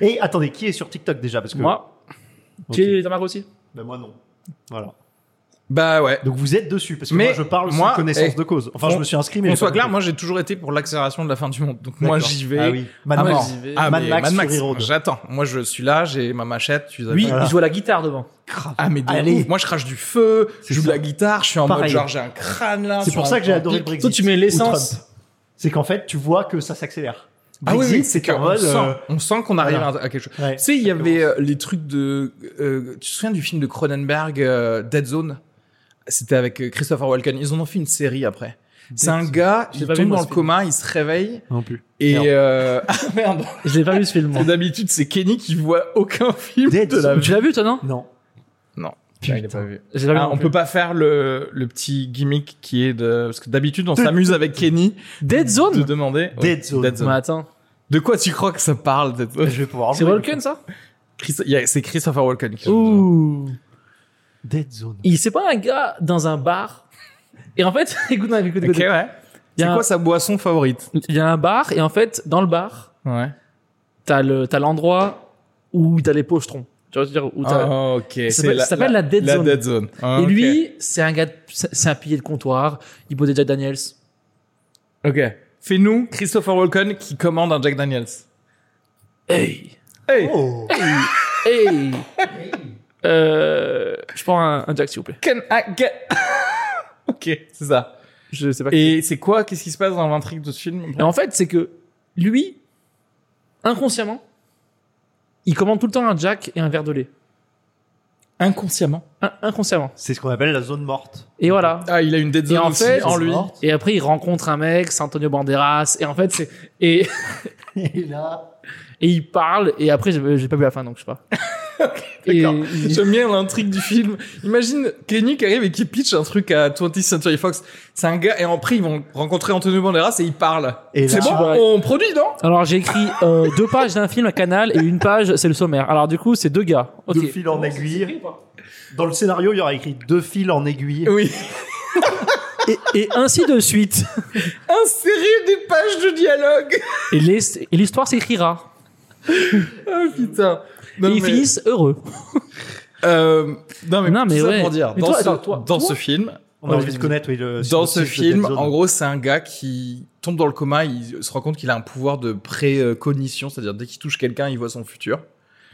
B: Et attendez, qui est sur TikTok déjà Parce que
C: Moi,
B: Ok.
C: tu es dans ma route aussi.
B: Ben, moi non. Voilà.
A: Bah ouais.
B: Donc vous êtes dessus parce que
A: Mais
B: moi je parle
A: moi,
B: sans connaissance
A: eh,
B: de cause. Enfin,
A: on-
B: je me suis inscrit, mais
A: Qu'on
B: j'ai
A: soit
B: pas
A: clair,
B: compris.
A: moi j'ai toujours été pour l'accélération de la fin du monde. Donc moi
B: D'accord.
A: j'y vais.
B: Ah oui. Mad
A: à
B: Max.
A: mort.
C: j'y vais.
A: Ah,
B: Mad
A: mais
B: Max,
A: Mad Max,
B: Fury Road.
A: j'attends. Moi je suis là, j'ai ma machette. Tu
C: Oui,
A: avais-
B: Voilà.
C: il joue à la guitare devant.
A: Ah mais de
B: Allez.
A: ouf. moi je crache du feu, je
B: C'est
A: joue de
B: ça.
A: la guitare, je suis en mode
B: Pareil.
A: genre j'ai un crâne là.
B: C'est
A: sur
B: pour
A: un-
B: ça que j'ai
A: un
B: adoré
A: pic.
B: le Brexit.
C: Toi, tu mets
B: ou
C: l'essence.
B: Trump. C'est qu'en fait, tu vois que ça s'accélère.
A: Ah oui,
B: Brexit,
A: oui, c'est
B: c'est
A: qu'on
B: qu'en mode.
A: sent,
B: euh,
A: on sent qu'on arrive
B: voilà.
A: à, à quelque chose.
B: ouais,
A: Tu sais, il y
B: ça
A: avait
B: commence.
A: euh, les trucs de. euh, tu te souviens du film de Cronenberg, euh, Dead Zone C'était avec euh, Christopher Walken. Ils en ont fait une série après. C'est un gars,
C: Je l'ai
A: il
C: pas vu,
A: tombe
C: moi,
A: dans
C: ce
A: le
C: film.
A: coma, il se réveille.
E: Non plus.
A: Et
E: Merde.
A: euh, (laughs) ah
B: (laughs)
A: merde.
C: Je l'ai pas vu ce film. moi.
A: D'habitude, c'est Kenny qui voit aucun film
E: Dead
A: de la
C: (laughs) Tu l'as vu toi non
E: Non.
A: Putain, il est pas vu.
C: J'ai pas vu
A: Ah,
C: non
A: on
C: plus.
A: peut pas faire le, le petit gimmick qui est de parce que d'habitude on s'amuse avec Kenny
C: Dead
A: de
C: Zone.
A: demander Ouais,
B: Dead Zone.
C: Bah attends,
A: De quoi tu crois que ça parle Dead Zone
B: Je vais pouvoir
C: c'est
B: jouer.
C: Walken ça
A: Chris- il y a- C'est Christopher Walken. qui joue dedans.
C: Ouh.
E: Dead Zone.
C: Il c'est pas un gars dans un bar. Et en fait, (laughs) écoute, non, écoute,
A: Ok
C: écoute.
A: ouais.
C: Il y
A: C'est
C: a un-
A: quoi sa boisson favorite
C: Il y a un bar et en fait, dans le bar,
A: Ouais.
C: t'as le t'as l'endroit où t'as les pochetrons. Tu vois ce que je veux dire où t'as-
A: Ah, ok. C'est
C: s'appelle- ça s'appelle la Dead Zone.
A: Ah,
C: Et
A: ok.
C: lui, c'est un gars, de- c'est c'est un pilier de comptoir. Il boit des Jack Daniels.
A: Ok. Fais-nous Christopher Walken qui commande un Jack Daniels.
C: Hey,
A: Hey.
B: Oh.
A: (laughs)
C: hey. Euh, je prends un, un Jack s'il vous plaît.
A: Can I get- (laughs) ok, c'est ça.
C: Je sais pas. qui-
A: Et c'est quoi Qu'est-ce qui se passe dans l'intrigue de ce film
C: Et en fait, c'est que lui, inconsciemment, il commande tout le temps un Jack et un verre de lait.
A: Inconsciemment.
C: Un- inconsciemment.
B: C'est ce qu'on appelle la zone morte.
C: Et voilà.
A: Ah, il a une Dead Zone
C: Et en
A: aussi
C: fait,
A: en lui.
C: Et après, il rencontre un mec, c'est Antonio Banderas. Et en fait, c'est et,
B: Et là,
C: et il parle. Et après, j'ai j'ai pas vu la fin, donc je
A: (laughs)
C: sais pas. Et
A: D'accord.
C: il-
A: (laughs) J'aime bien l'intrigue du film. Imagine Kenny qui arrive et qui pitch un truc à 20th Century Fox. C'est un gars, et en prix, ils vont rencontrer Antonio Banderas et ils parlent.
B: Et
A: C'est
B: là-
A: bon,
C: Ouais.
A: on produit, non
C: Alors j'ai écrit euh, deux pages d'un film à Canal et une page c'est le sommaire. Alors du coup c'est deux gars. Ok.
B: deux fils en aiguille. Dans le scénario, il y aura écrit deux fils en aiguille.
A: Oui. (laughs)
C: Et, et ainsi de suite.
A: Insérer des pages de dialogue. (laughs)
C: Et les- et l'histoire s'écrira.
A: Ah, putain.
C: Et
A: Non,
C: ils
A: mais-
C: finissent heureux.
A: Euh, non, mais,
C: Non, mais
A: tout ça
C: ouais.
A: pour dire,
C: Mais
A: dans,
C: toi,
A: ce,
C: attends, toi-
A: dans
C: toi
A: ce film,
B: On a
C: Ouais,
B: envie de connaître oui, Euh, le
A: Dans ce
B: synopsis de Dead
A: film,
B: Zone.
A: en gros, c'est un gars qui tombe dans le coma, il se rend compte qu'il a un pouvoir de précognition, c'est-à-dire dès qu'il touche quelqu'un, il voit son futur.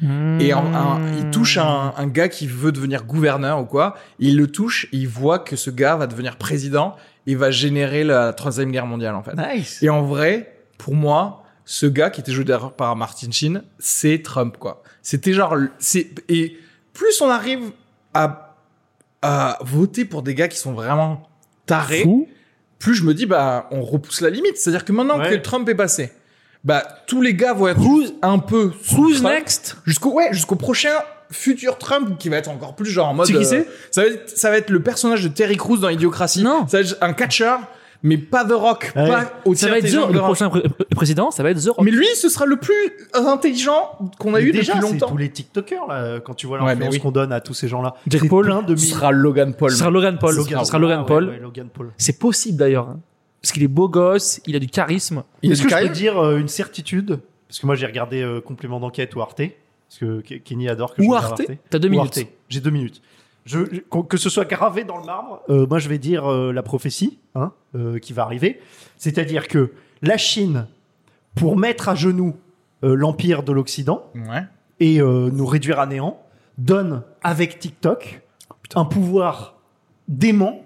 A: Et en- un-
C: Hmm.
A: il touche un, un gars qui veut devenir gouverneur ou quoi, il le touche, et il voit que ce gars va devenir président et va générer la Troisième Guerre mondiale en fait.
B: Nice.
A: Et en vrai, pour moi, ce gars qui était joué d'erreur par Martin Sheen, c'est Trump, quoi. C'était genre, le- c'est, et plus on arrive à, à voter pour des gars qui sont vraiment tarés,
C: Fou.
A: plus je me dis, bah, on repousse la limite. C'est-à-dire que maintenant
B: Ouais.
A: que Trump est passé, bah, tous les gars vont être un peu sous
C: Who's
A: Trump.
C: next
A: Jusqu'au, ouais, jusqu'au prochain futur Trump qui va être encore plus genre en mode.
C: Tu sais qui
A: euh,
C: c'est
A: ça va, être, ça va être le personnage de Terry Crews dans Idiocratie.
C: Non.
A: Ça va être un catcheur, mais pas The Rock,
B: Ouais.
A: pas au
C: Ça va être
A: intelligent
C: The,
A: de
C: le
A: Rock.
C: prochain pré- pré- président, ça va être The Rock.
A: Mais lui, ce sera le plus intelligent qu'on a
B: Mais
A: eu
B: déjà,
A: depuis
B: c'est
A: longtemps.
B: tous les TikTokers là, quand tu vois
A: Ouais, mais
B: l'influence
A: oui.
B: qu'on donne à tous ces gens-là.
C: Jack
B: C'est
C: Paul,
B: plein hein, de
A: Ce
B: mille-
A: sera Logan Paul.
C: Ce sera Logan Paul.
B: Ce
C: Ce sera Logan
B: ouais,
C: Paul.
B: ouais, Logan Paul.
C: C'est possible d'ailleurs. hein. Parce qu'il est beau gosse, il a du charisme.
A: Il
B: Est-ce
A: est
B: que je
A: carré.
B: peux dire euh, une certitude Parce que moi, j'ai regardé euh, Complément d'enquête ou Arte, parce que Ke- Kenny adore que
C: Ou
B: je regarde
C: Arte T'as deux
B: Ou
C: minutes.
B: Arte. J'ai deux minutes. Je, je- qu'on- que ce soit gravé dans le marbre, euh, moi, je vais dire euh, la prophétie hein, euh, qui va arriver. C'est-à-dire que la Chine, pour mettre à genoux euh, l'empire de l'Occident,
A: Ouais.
B: et euh, nous réduire à néant, donne avec TikTok
C: Oh,
B: un pouvoir dément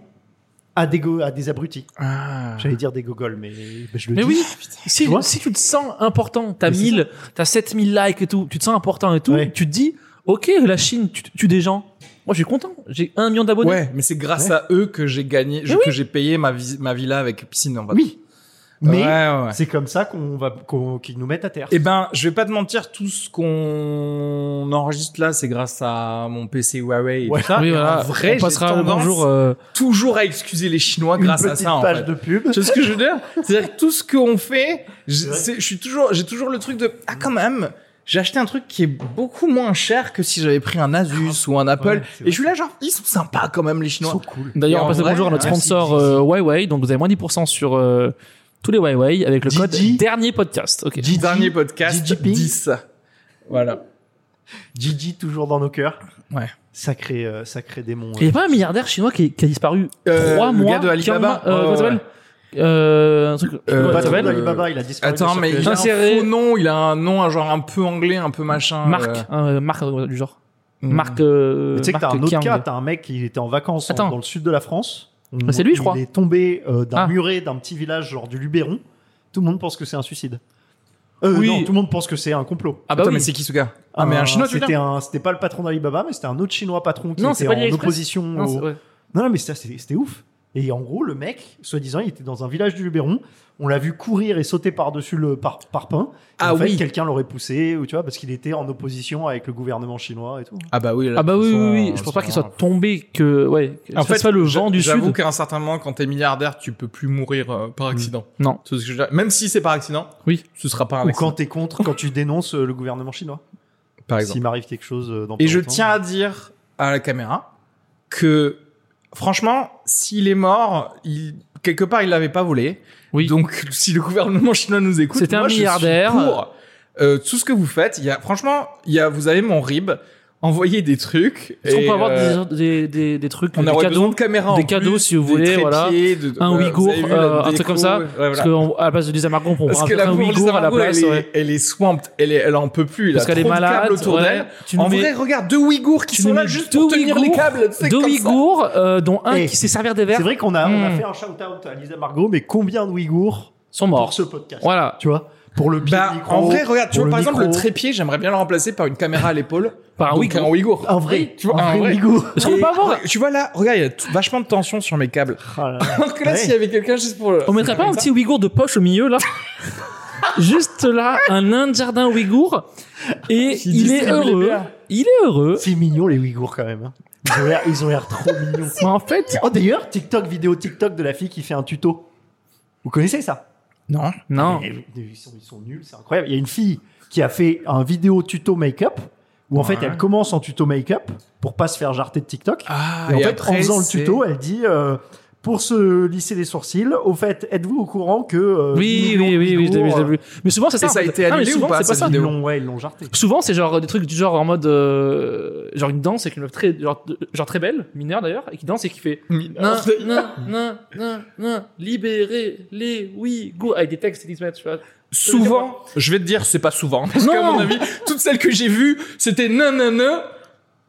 B: à des, go- à des abrutis.
C: Ah.
A: Ah.
B: J'allais dire des gogoles, mais, mais je le
C: Mais
B: dis.
C: oui, si,
B: Tu vois
C: si tu te sens important, t'as
B: Mais c'est
C: 1000, t'as 7000 likes et tout, tu te sens important et tout,
B: Ouais.
C: tu te dis, ok, la Chine tue, tue des gens. Moi, je suis content, j'ai un million d'abonnés.
A: Ouais, mais c'est grâce
B: Ouais.
A: à eux que j'ai gagné, je-
C: Mais oui.
A: que j'ai payé ma, vis- ma villa avec piscine en fait.
B: Oui, mais
A: Ouais, ouais.
B: c'est comme ça qu'on va qu'on- qu'ils nous mettent à terre.
A: Eh ben, je vais pas te mentir, tout ce qu'on enregistre là, c'est grâce à mon PC Huawei. et
B: Ouais.
A: tout ça.
C: Oui,
A: Et
C: voilà,
A: en vrai,
C: on passera
A: j'ai
C: un
A: tendance
C: bonjour. euh,
A: toujours à excuser les Chinois
B: Une
A: grâce à
B: petite
A: ça. en
B: page
A: fait.
B: de pub.
A: Tu sais ce que je veux dire C'est-à-dire que tout ce qu'on fait, je
B: Ouais.
A: c'est- je suis toujours, j'ai toujours le truc de ah quand même, j'ai acheté un truc qui est beaucoup moins cher que si j'avais pris un Asus ou un Apple.
B: Ouais, c'est
A: et
B: vrai.
A: je suis là genre ils sont sympas quand même les
B: Ils
A: Chinois.
B: sont cool.
C: D'ailleurs,
A: Et
C: on
A: en
C: passe le
A: vrai,
C: bonjour à notre
A: merci,
C: sponsor
A: Didi.
C: euh, Huawei, donc vous avez moins 10% sur euh, tous les Huawei avec le code
B: Didi.
C: dernier podcast. Ok.
B: Didi,
A: Dernier podcast
B: Didi Ping.
A: 10. Voilà.
B: Gigi toujours dans nos cœurs.
A: Ouais.
B: Sacré, euh, sacré démon.
C: Il n'y a pas un milliardaire chinois qui, qui a disparu
A: Euh,
C: trois
A: le
C: mois
A: gars de Alibaba.
C: quinze mois, euh,
A: Ouais,
C: comment ça
A: ouais.
C: s'appelle Euh, un truc.
A: Euh,
C: comment
B: Pas
C: ça
B: trop
C: s'appelle
A: euh,
B: d'Alibaba, il a disparu.
A: Attends,
B: de
A: mais il
B: circuit.
A: a un
C: Inséré.
A: faux nom, il a un nom un genre un peu anglais, un peu machin.
C: Marc,
A: euh,
C: hein, euh, Marc euh, du genre.
A: hmm.
C: Marc. euh,
B: Mais tu sais que t'as
C: Marc
B: un autre
C: King.
B: cas, t'as un mec qui était en vacances en-
C: Attends.
B: dans le sud de la France.
C: Bah, c'est lui, je crois.
B: Il est tombé euh, d'un
C: Ah.
B: muret d'un petit village, genre du Luberon. Tout le monde pense que c'est un suicide. Euh,
C: Oui.
B: Non, tout le monde pense que c'est un complot.
C: Ah bah
A: Attends,
C: oui.
A: mais c'est qui ce gars Ah, mais un chinois, tu veux
B: Euh, C'était un- c'était pas le patron d'Alibaba, mais c'était un autre chinois patron qui
C: Non, c'est
B: était
C: pas
B: en
C: l'Aliexpress.
B: opposition.
C: Non,
B: au-
C: c'est- ouais.
B: Non, non, mais ça, c'est- c'était ouf. Et en gros, le mec, soi-disant, il était dans un village du Luberon. On l'a vu courir et sauter par-dessus le par parpaing. Et
A: Ah
B: en fait,
A: oui.
B: Quelqu'un l'aurait poussé, ou tu vois, parce qu'il était en opposition avec le gouvernement chinois et tout.
A: Ah bah oui. là,
C: Ah bah
A: de
C: oui,
A: toute
C: oui,
A: façon,
C: oui.
A: euh,
C: Je pense pas
A: c'est
C: qu'il
A: vraiment-
C: soit tombé que, ouais. que
A: En
C: ce
A: fait,
C: soit le vent
A: j'a-
C: du sud. Mm.
A: J'avoue qu'à un certain moment, quand t'es milliardaire, tu peux plus mourir euh, par accident.
C: Non.
A: C'est ce que je- Même si c'est par accident,
C: Oui.
A: ce sera pas un
B: Ou
A: accident.
B: quand t'es contre,
A: (laughs)
B: quand tu dénonces euh, le gouvernement chinois.
A: par
B: S'il m'arrive quelque chose euh, dans
A: Et
B: pas
A: je
B: longtemps.
A: tiens à dire à la caméra que, franchement, s'il est mort, il... quelque part, il l'avait pas volé.
C: Oui.
A: Donc, si le gouvernement chinois nous écoute,
C: C'était un
A: moi, je suis
C: milliardaire.
A: pour, euh, tout ce que vous faites, il y a, franchement, il y a, vous avez mon rib, envoyez des trucs.
C: Est-ce qu'on
A: et,
C: peut avoir
A: euh,
C: des, des, des, des trucs,
A: on
C: des
A: aurait besoin
C: cadeaux
A: de caméras en
C: des cadeaux,
A: plus,
C: si vous
A: des
C: voulez,
A: trépieds,
C: voilà.
A: de-
C: Un
A: vous
C: Ouïghour,
A: avez vu la
C: euh, un truc
A: déco,
C: comme ça,
A: ouais, voilà.
C: Parce que, à la place de Lisa Margot, on pourra
A: Parce que
C: faire
A: la
C: un
A: pauvre
C: Ouïghour
A: Lisa
C: à la
A: Margot,
C: place.
A: elle,
C: ouais.
A: est, elle est swamped, elle, est- elle en peut plus. Il
C: Parce
A: a
C: qu'elle est
A: trop de
C: malade.
A: câbles autour
C: ouais.
A: d'elle.
C: Tu nous
A: En
C: mets-
A: vrai, regarde, deux Ouïghours qui
C: tu
A: sont
C: nous
A: là
C: mets
A: juste
C: deux
A: pour tenir les
C: Ouïghours,
A: câbles. tu sais,
C: deux
A: comme ça.
C: Ouïghours, euh, dont un
B: Eh,
C: qui s'est servir des verres,
B: C'est vrai qu'on a, on a
C: Hmm.
B: fait un shout-out à Lisa Margot, mais combien de Ouïghours
C: sont
B: pour
C: morts.
B: ce podcast
C: Voilà.
B: Tu vois Pour le bien
A: Bah,
B: micro.
A: en vrai, regarde, tu vois,
B: pour le
A: par exemple, le
B: micro.
A: trépied, j'aimerais bien le remplacer par une caméra à l'épaule.
C: Par (laughs) un
A: donc
C: Ouïghour.
A: un Ouïghour.
B: Un vrai,
A: Tu vois,
B: un
A: un
B: vrai
A: vrai.
B: Ouïghour.
C: Est-ce qu'on peut
A: Et-
C: pas avoir-
A: Tu vois là, regarde, il y a t- vachement de tension sur mes câbles. (laughs)
B: Ah là là.
A: Alors que là,
B: Ouais.
A: s'il y avait quelqu'un juste pour le.
C: On mettrait pas un petit Ouïghour de poche
B: (laughs)
C: au milieu, là Juste là, un nain de jardin Ouïghour. Et
A: Qui
C: il est
A: distribue les
C: heureux.
A: bières.
C: Il est heureux.
B: C'est mignon les Ouïghours quand même. hein. Ils ont l'air- Ils ont l'air trop mignons.
C: Mais en fait,
B: Oh d'ailleurs, TikTok, vidéo TikTok de la fille qui fait un tuto. Vous connaissez ça
A: Non.
C: non.
B: Mais- mais Ils sont, ils sont nuls, c'est incroyable. Il y a une fille qui a fait un vidéo tuto make-up où en fait
A: Ouais.
B: elle commence en tuto make-up pour pas se faire jarter de TikTok.
A: Ah,
B: et en
A: et
B: fait, en
A: après,
B: faisant le
A: c'est-
B: tuto, elle dit euh, pour se lisser les sourcils, au fait, êtes-vous au courant que euh,
C: Oui,
B: dix
C: oui,
B: millions de
C: oui, oui, je l'ai vu,
B: Ouïghours,
C: je l'ai vu. Mais souvent, c'est ça.
A: Et
C: en
A: ça a
C: fait.
A: été
C: Non, mais
A: annulé ou
C: souvent,
A: pas,
C: C'est pas
A: cette
C: ça.
B: euh,
A: vidéo
B: ils l'ont, ouais, ils l'ont jarté.
C: Souvent, c'est genre des trucs du genre en mode euh, genre une danse avec une meuf très genre, genre très belle, mineure d'ailleurs, et qui danse et qui fait non non non non non libérer les Ouïghours avec des textes qui disent ouais, tu vois.
A: Souvent, je vais te dire, c'est pas souvent. Parce
C: Non.
A: qu'à mon avis, toutes celles que j'ai vues, c'était non, non, non,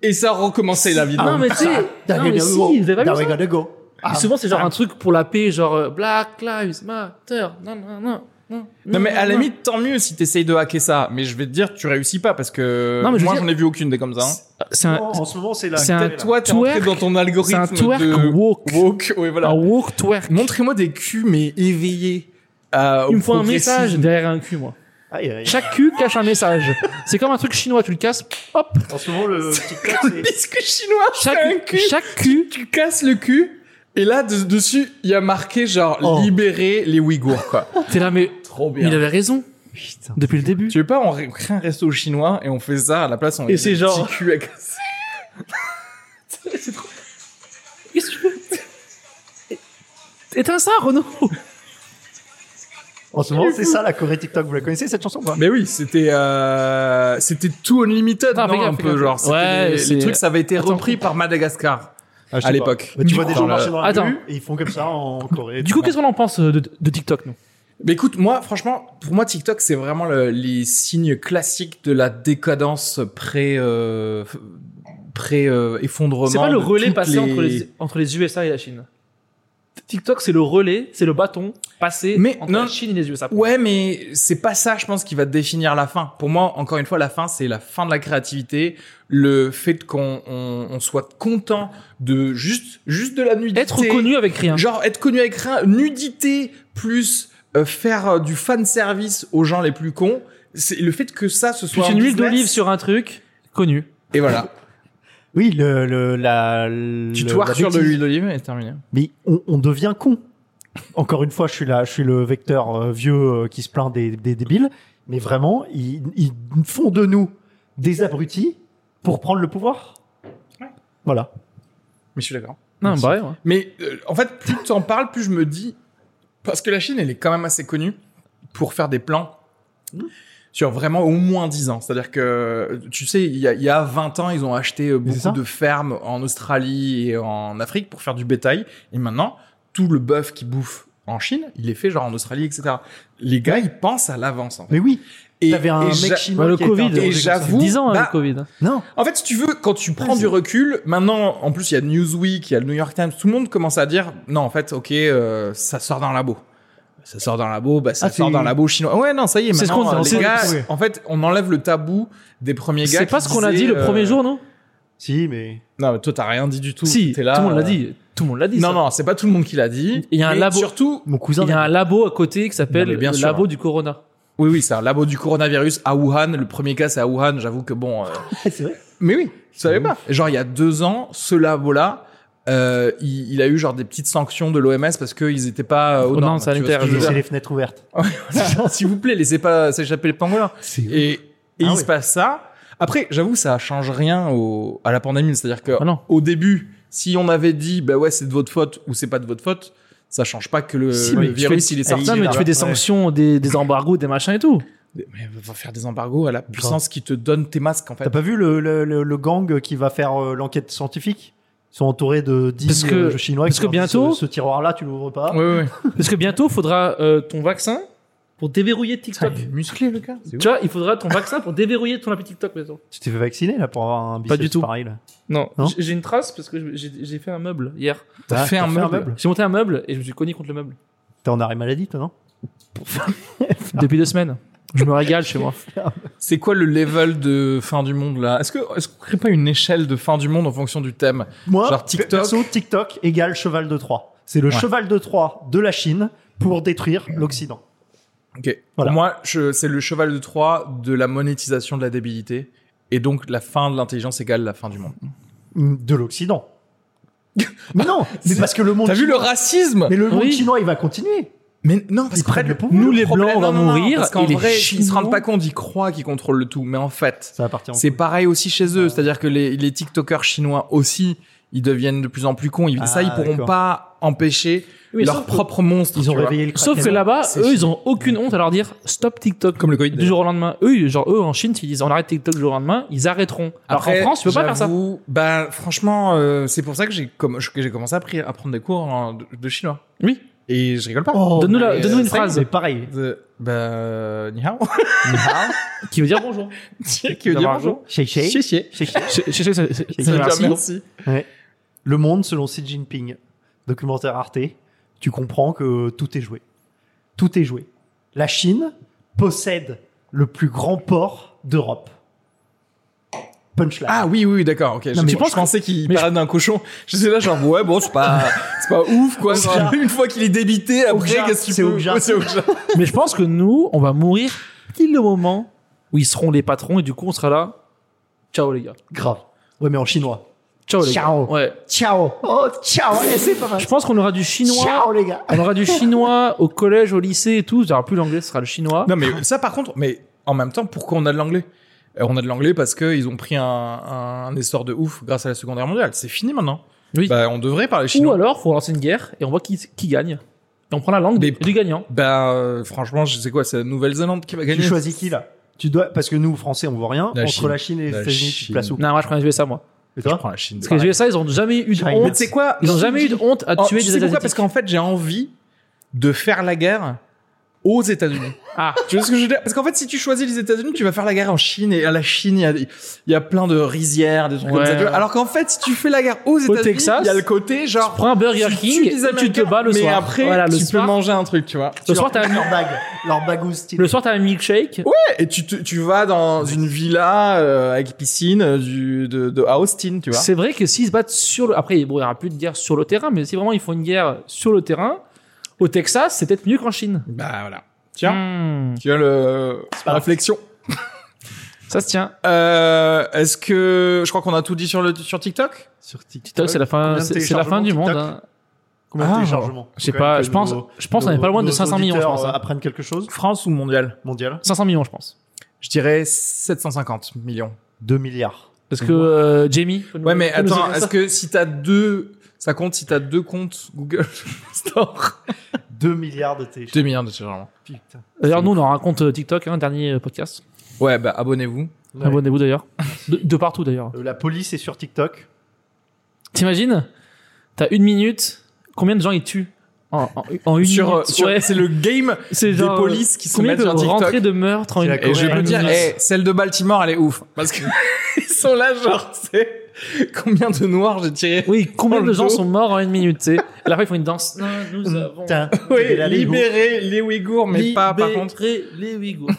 A: et ça recommençait la vidéo.
C: non mais tu sais, non, mais si, vous avez pas vu
B: There
C: ça
B: we gotta go.
C: Et souvent c'est genre un truc pour la paix, genre euh, Black Lives Matter, non non non non.
A: Non, mais à la
C: non.
A: limite, tant mieux si t'essayes de hacker ça. Mais je vais te dire, tu réussis pas parce que
C: Non, mais je veux
A: moi,
C: dire-
A: j'en ai vu aucune des comme ça. hein.
C: c'est un,
B: en ce moment, c'est la.
C: c'est un
B: la-
A: Toi, t'es rentré
C: twerk.
A: dans ton
C: c'est
A: algorithme
C: un twerk
A: de
C: woke,
A: woke. Ouais, voilà.
C: un woke twerk.
A: Montrez-moi des culs, mais éveillés. euh, à- au
C: Il me faut un
A: progressisme.
C: message derrière un cul moi.
B: Aïe, aïe.
C: Chaque cul cache un message. C'est comme un truc chinois, tu le casses, hop.
B: En ce moment, le TikTok,
A: Le
B: c'est.
A: biscuit chinois, c'est un
C: Chaque,
A: cul.
C: chaque cul.
A: Tu casses le cul. Et là, de- dessus, il y a marqué genre
B: Oh.
A: libérer les Ouïghours, quoi.
C: T'es là, mais
A: (laughs) Trop bien.
C: mais il avait raison
B: Putain.
C: depuis le début.
A: Tu veux pas, on ré- crée un resto chinois et on fait ça à la place, on met
C: Et c'est
A: des
C: genre-
A: petits culs à casser.
C: Qu'est-ce que tu veux Éteins ça, Renaud.
B: En ce moment, c'est ça la Corée TikTok. Vous la connaissez cette chanson ou pas
A: (laughs) Mais oui, c'était euh, c'était tout unlimited,
C: Non,
A: non,
C: fais gaffe,
A: un
C: fais
A: peu
C: gaffe.
A: genre. c'était
C: Ouais,
A: les-
C: c'est-
A: les trucs, ça avait été
C: Attends.
A: repris par Madagascar
B: Ah, je sais
A: à
B: pas.
A: l'époque.
B: Bah, tu
A: Du
B: vois des
A: coup,
B: gens
A: euh,
B: marcher dans la
C: Attends.
B: rue et ils font comme ça en Corée.
C: Du coup, qu'est-ce qu'on en pense euh, de, de TikTok, nous
A: Mais écoute, moi, franchement, pour moi, TikTok, c'est vraiment le- les signes classiques de la décadence pré euh, f- pré euh, effondrement.
C: C'est pas le
A: de
C: relais
A: toutes
C: passé entre, les, entre les USA et la Chine. TikTok, c'est le relais, c'est le bâton passé
A: Mais
C: entre
A: non.
C: la Chine et les USA.
A: Ouais, mais c'est pas ça, je pense, qui va définir la fin. Pour moi, encore une fois, la fin, c'est la fin de la créativité, le fait qu'on on, on soit content de juste juste de la nudité.
C: Être connu hein. avec rien.
A: Genre être connu avec rien, nudité plus euh, faire euh, du fan service aux gens les plus cons. C'est le fait que ça ce
C: Tu
A: soit
C: fais
A: un
C: une huile
A: business,
C: d'olive sur un truc connu.
A: et voilà.
B: Oui, le, le, la. le-
A: tu toires
B: la
A: sur de
B: bêtise.
A: l'huile d'olive et terminé.
B: Mais on, on devient con. Encore une fois, je suis là, je suis le vecteur euh, vieux euh, qui se plaint des, des débiles. Mais vraiment, ils, ils font de nous des abrutis pour prendre le pouvoir. Voilà.
A: Mais je suis d'accord.
C: Non,
A: Merci.
C: bah ouais, ouais.
A: Mais euh, en fait, plus tu en parles, plus je me dis. Parce que la Chine, elle est quand même assez connue pour faire des plans sur vraiment au moins 10 ans. C'est-à-dire que, tu sais, il y, a, il y a 20 ans, ils ont acheté euh,
B: c'est ça.
A: beaucoup de fermes en Australie et en Afrique pour faire du bétail. Et maintenant, tout le bœuf qu'ils bouffent en Chine, il est fait genre en Australie, etc. Les gars, ils pensent à l'avance, en fait.
B: Mais oui,
A: Et,
B: t'avais un
A: et
B: mec
A: j'a-
B: chinois.
C: Bah, le
B: qui a été
C: Covid,
B: interrogé
A: et
B: comme ça.
A: j'avoue- Vous,
C: 10 ans avec
A: bah,
C: le Covid.
B: Non,
A: en fait, si tu veux, quand tu prends du recul, maintenant, en plus, il y a Newsweek, il y a le New York Times, tout le monde commence à dire, non, en fait, ok, euh, ça sort d'un labo. Ça sort d'un labo, bah, ça
B: Ah,
A: sort
B: c'est-
A: d'un labo chinois. Ouais, non, ça y est,
C: C'est ce
A: maintenant,
C: qu'on-
A: euh,
C: c'est-
A: les gars,
B: c'est-
A: en fait, on enlève le tabou des premiers gars.
C: C'est pas
A: qui
C: ce qu'on a
A: disaient,
C: dit le
A: euh,
C: premier jour, non
B: Si, mais.
A: Non, mais toi, t'as rien dit du tout.
C: si,
A: T'es là,
C: tout le monde l'a
A: euh,
C: dit. Tout le monde l'a dit.
A: Non,
C: ça.
A: non, c'est pas tout le monde qui l'a dit.
C: Il y a un
A: Mais
C: labo-
A: Surtout,
B: Mon cousin. (laughs)
C: Il y a un labo à côté qui s'appelle
A: Non, mais bien
C: le
A: sûr.
C: labo du Corona.
A: oui, oui, c'est un labo du coronavirus à Wuhan. Le premier cas, c'est à Wuhan. J'avoue que bon. euh,
B: c'est vrai.
A: Mais oui, je savais pas. Genre, il y a deux ans, ce labo-là, euh, il, il a eu genre des petites sanctions de l'OMS parce qu'ils étaient pas euh, aux
C: Aux
A: normes,
C: normes
A: tu vois ce que
C: sanitaires,
A: je veux
C: je
B: C'est
A: dire.
B: les fenêtres ouvertes.
A: Genre, (laughs) S'il vous plaît, laissez pas s'échapper les pangolins.
B: C'est
A: Et, et il
B: Ah
A: se
B: oui.
A: passe ça. Après, j'avoue, ça change rien au, à la pandémie. C'est-à-dire que
C: Ah non.
A: au début, si on avait dit, bah ouais, c'est de votre faute ou c'est pas de votre faute, ça change pas que le,
C: Si,
A: Euh, le
C: mais tu
A: virus,
C: fais-
A: il est sorti.
C: Non, mais tu fais des sanctions, des, des embargos, des machins et tout.
A: Mais va faire des embargos à la puissance qui te donne tes masques, en fait.
B: T'as pas vu le, le, le- le gang qui va faire euh, l'enquête scientifique Ils sont entourés de 10
C: Parce que-
B: euh, chinois.
C: parce
B: qui
C: que
B: leur disent,
C: bientôt-
B: Ce, ce tiroir-là, tu l'ouvres pas.
A: Ouais, ouais.
C: Parce que bientôt, il faudra euh, ton vaccin pour déverrouiller TikTok.
A: Il est musclé, le gars. C'est
C: Tu vois, il faudra ton vaccin pour déverrouiller ton appli TikTok, par exemple.
B: Tu t'es fait vacciner là pour avoir un
C: Pas
B: biceps
C: du tout.
B: pareil là.
C: Non,
B: Non
C: j'ai- j'ai une trace parce que je- j'ai j'ai fait un meuble hier.
A: T'as fait un meuble.
C: J'ai monté un meuble et je me suis cogné contre le meuble.
B: T'es en arrêt maladie, toi, non
C: Depuis deux semaines. Je me régale chez (laughs) moi.
A: C'est quoi le level de fin du monde là Est-ce que est-ce qu'on crée pas une échelle de fin du monde en fonction du thème
B: Moi,
A: Genre TikTok.
B: perso, TikTok égale cheval de Troie. C'est le
A: Ouais.
B: cheval de Troie de la Chine pour détruire l'Occident.
A: Ok. Pour
B: Voilà.
A: moi, je- c'est le cheval de Troie de la monétisation de la débilité et donc la fin de l'intelligence égale la fin du monde.
B: Mm, De l'Occident. (laughs) mais non, mais
A: C'est-
B: parce que le monde.
A: T'as vu le
B: chinois-
A: racisme
B: Mais le monde
C: Oui.
B: chinois, il va continuer.
A: Mais non, parce
B: Ils prennent le pouvoir.
A: nous
C: les
A: problème-
C: Blancs, on
A: non,
C: va
A: non, non,
C: mourir,
A: Parce qu'en
C: et les
A: vrai, ils se
C: Chinois-
A: rendent pas compte, ils croient qu'ils contrôlent le tout, mais en fait, euh,
B: Ça va partir en
A: c'est
B: couille.
A: pareil aussi chez eux. C'est-à-dire que les, les TikTokers chinois aussi, ils deviennent de plus en plus cons. Ils- ça,
B: Ah,
A: ils pourront
B: d'accord.
A: pas empêcher leur
C: sauf que-
A: propre monstre.
B: Ils ont
A: tu vois.
B: réveillé le
C: Sauf que
B: Kraken.
C: là-bas,
A: C'est
C: eux,
A: chiant.
C: ils ont aucune honte à leur dire stop TikTok.
A: Comme le Covid,
C: Du jour au lendemain. Eux, genre, eux, en Chine, s'ils disent on arrête TikTok du jour au lendemain, ils arrêteront. Alors qu'en France, tu peux pas faire ça.
A: j'avoue, Bah, franchement, euh, c'est pour ça que j'ai comm- que j'ai commencé à, pri- à prendre des cours en- de, de chinois.
C: Oui.
A: Et je rigole pas.
B: Oh,
C: Donne-nous la-
A: mais,
C: donne-nous
A: euh,
C: une
A: ça,
C: phrase
B: C'est pareil.
A: De- bah, ni hao.
C: qui veut dire bonjour.
A: Qui veut dire
C: D'avoir un
A: bonjour.
B: Chez Chez.
A: Chier, chier.
B: Chez Chez.
C: Je- je- je- je- je- je-
A: Ça veut dire
C: merci.
A: merci.
B: Le monde selon Xi Jinping, documentaire Arte, tu comprends que tout est joué. Tout est joué. La Chine possède le plus grand port d'Europe. Punchline.
A: Ah oui, oui, oui, d'accord. Ok. Je,
B: mais-
A: je pensais qu'il
C: mais-
A: parlait d'un cochon. Je sais là, genre ouais, bon, c'est pas, c'est pas ouf quoi.
B: C'est
A: Genre,
B: ça.
A: une fois qu'il est débité, après,
B: Obja,
A: qu'est-ce que tu
B: c'est
A: peux
B: obja.
A: Ouais, c'est obja.
C: Mais je pense que nous, on va mourir pile le moment où ils seront les patrons et du coup, on sera là. Ciao les gars.
B: Grave. Ouais, mais en chinois.
C: Ciao les
B: Ciao.
C: gars. Ouais.
B: Ciao. Oh, ciao. Eh, c'est pas mal.
C: Je pense qu'on aura du chinois.
B: Ciao, les gars.
C: On aura du chinois au collège, au lycée et tout. Il n'y aura plus l'anglais, ce sera le chinois.
A: Non, mais ça, par contre, mais en même temps, pourquoi on a de l'anglais Euh, On a de l'anglais parce qu'ils ont pris un, un- un essor de ouf grâce à la Seconde Guerre mondiale. C'est fini maintenant.
C: Oui.
A: Bah, on devrait parler
C: Ou
A: chinois.
C: alors, faut lancer une guerre et on voit qui, qui gagne. Et on prend la langue
A: Mais-
C: du gagnant.
A: Bah, euh, franchement, je sais quoi, c'est la Nouvelle-Zélande qui va
B: Tu
A: gagner.
B: choisis qui là tu dois, parce que nous, Français, on voit rien.
A: La
B: Entre
A: Chine.
B: la Chine et les
A: La
B: États-Unis, tu te
A: Chine.
B: places où
C: Non, moi je prends les USA, moi.
B: Et
A: Je
B: toi
A: prends la Chine.
C: Parce que les USA, ils ont jamais eu de
B: China.
A: Mais
C: honte.
A: tu sais quoi
C: Ils ont jamais eu de honte à
A: Oh,
C: tuer
A: tu sais
C: des
A: pourquoi
C: Asiatiques.
A: Parce qu'en fait, j'ai envie de faire la guerre aux (laughs) États-Unis.
C: Ah,
A: Tu vois ce que je veux dire Parce qu'en fait, si tu choisis les États-Unis, tu vas faire la guerre en Chine et à la Chine, il y a, il y a plein de rizières, des trucs
C: Ouais,
A: comme ça. tu vois.
C: ouais.
A: Alors qu'en fait, si tu fais la guerre aux États-Unis,
C: Texas,
A: il y a le côté genre
C: prends un Burger
A: tu
C: King
A: tues les
C: et tu te
A: Américains,
C: bats le
A: mais
C: soir.
A: après,
C: Voilà, le
A: tu
C: soir,
A: peux manger un truc, tu vois.
C: Le
B: Tu
C: soir,
B: leur
C: t'as
B: piques
C: un-
B: leur bague. Leur bague au style.
C: le soir, t'as un milkshake.
A: Et tu, te- tu vas dans une villa euh, avec piscine euh, du, de, de à Austin, tu vois.
C: C'est vrai que s'ils se battent sur le. Après, bon, il n'y aura plus de guerre sur le terrain, mais si vraiment ils font une guerre sur le terrain, au Texas, c'est peut-être mieux qu'en Chine.
A: Bah voilà. Tiens,
C: Hmm,
A: tu as le, la réflexion.
C: ça se tient.
A: Euh, Est-ce que je crois qu'on a tout dit sur le sur TikTok
E: Sur
C: TikTok, c'est la fin,
B: Combien de
C: c'est c'est la fin du
B: téléchargements
C: monde.
B: TikTok
C: hein.
B: Combien de
A: Ah,
B: téléchargements
C: Je sais pas, je pense, je pense qu'on est pas loin de 500 millions, je pense. hein.
B: euh, Apprennent quelque chose
A: France ou mondial
B: mondial.
C: 500 millions, je pense.
A: Je dirais 750 millions.
B: 2 milliards.
C: Parce que euh, Jamie. faut nous-
A: Ouais, mais
C: faut nous
A: attends,
C: écrire ça.
A: est-ce que si t'as deux, ça compte si t'as deux comptes Google (laughs) Store
B: 2 milliards de
A: 2
B: téléchargements.
A: milliards de téléchargements.
B: Putain.
C: D'ailleurs, nous, on aura un compte euh, TikTok, un dernier euh, podcast.
A: Ouais, bah abonnez-vous.
B: Ouais.
C: Abonnez-vous d'ailleurs. De, de partout d'ailleurs.
B: Euh, La police est sur TikTok.
C: T'imagines T'as une minute, combien de gens ils tuent en, en- en une
A: Sur, euh,
C: minute
A: sur-
C: Ouais,
A: c'est le game
C: c'est
A: des
C: genre, euh,
A: polices qui se
C: Combien
A: mettent
C: de
A: sur TikTok.
C: rentrées de meurtre en
B: C'est
C: une
B: la
A: Et je
B: Ouais,
A: peux
C: une
A: dire,
C: minute
A: eh, celle de Baltimore, elle est ouf. Parce que (laughs) ils sont là, genre, tu sais, combien de noirs j'ai tiré
C: Oui, combien
A: dans
C: de
A: le
C: gens
A: dos.
C: sont morts en une minute, tu sais À la fin, ils font une danse. Mm. Non, nous avons... (laughs)
B: Putain.
A: Oui,
B: Et là, les
A: libérer les Ouïghours, mais pas par contre.
C: libéré les Ouïghours.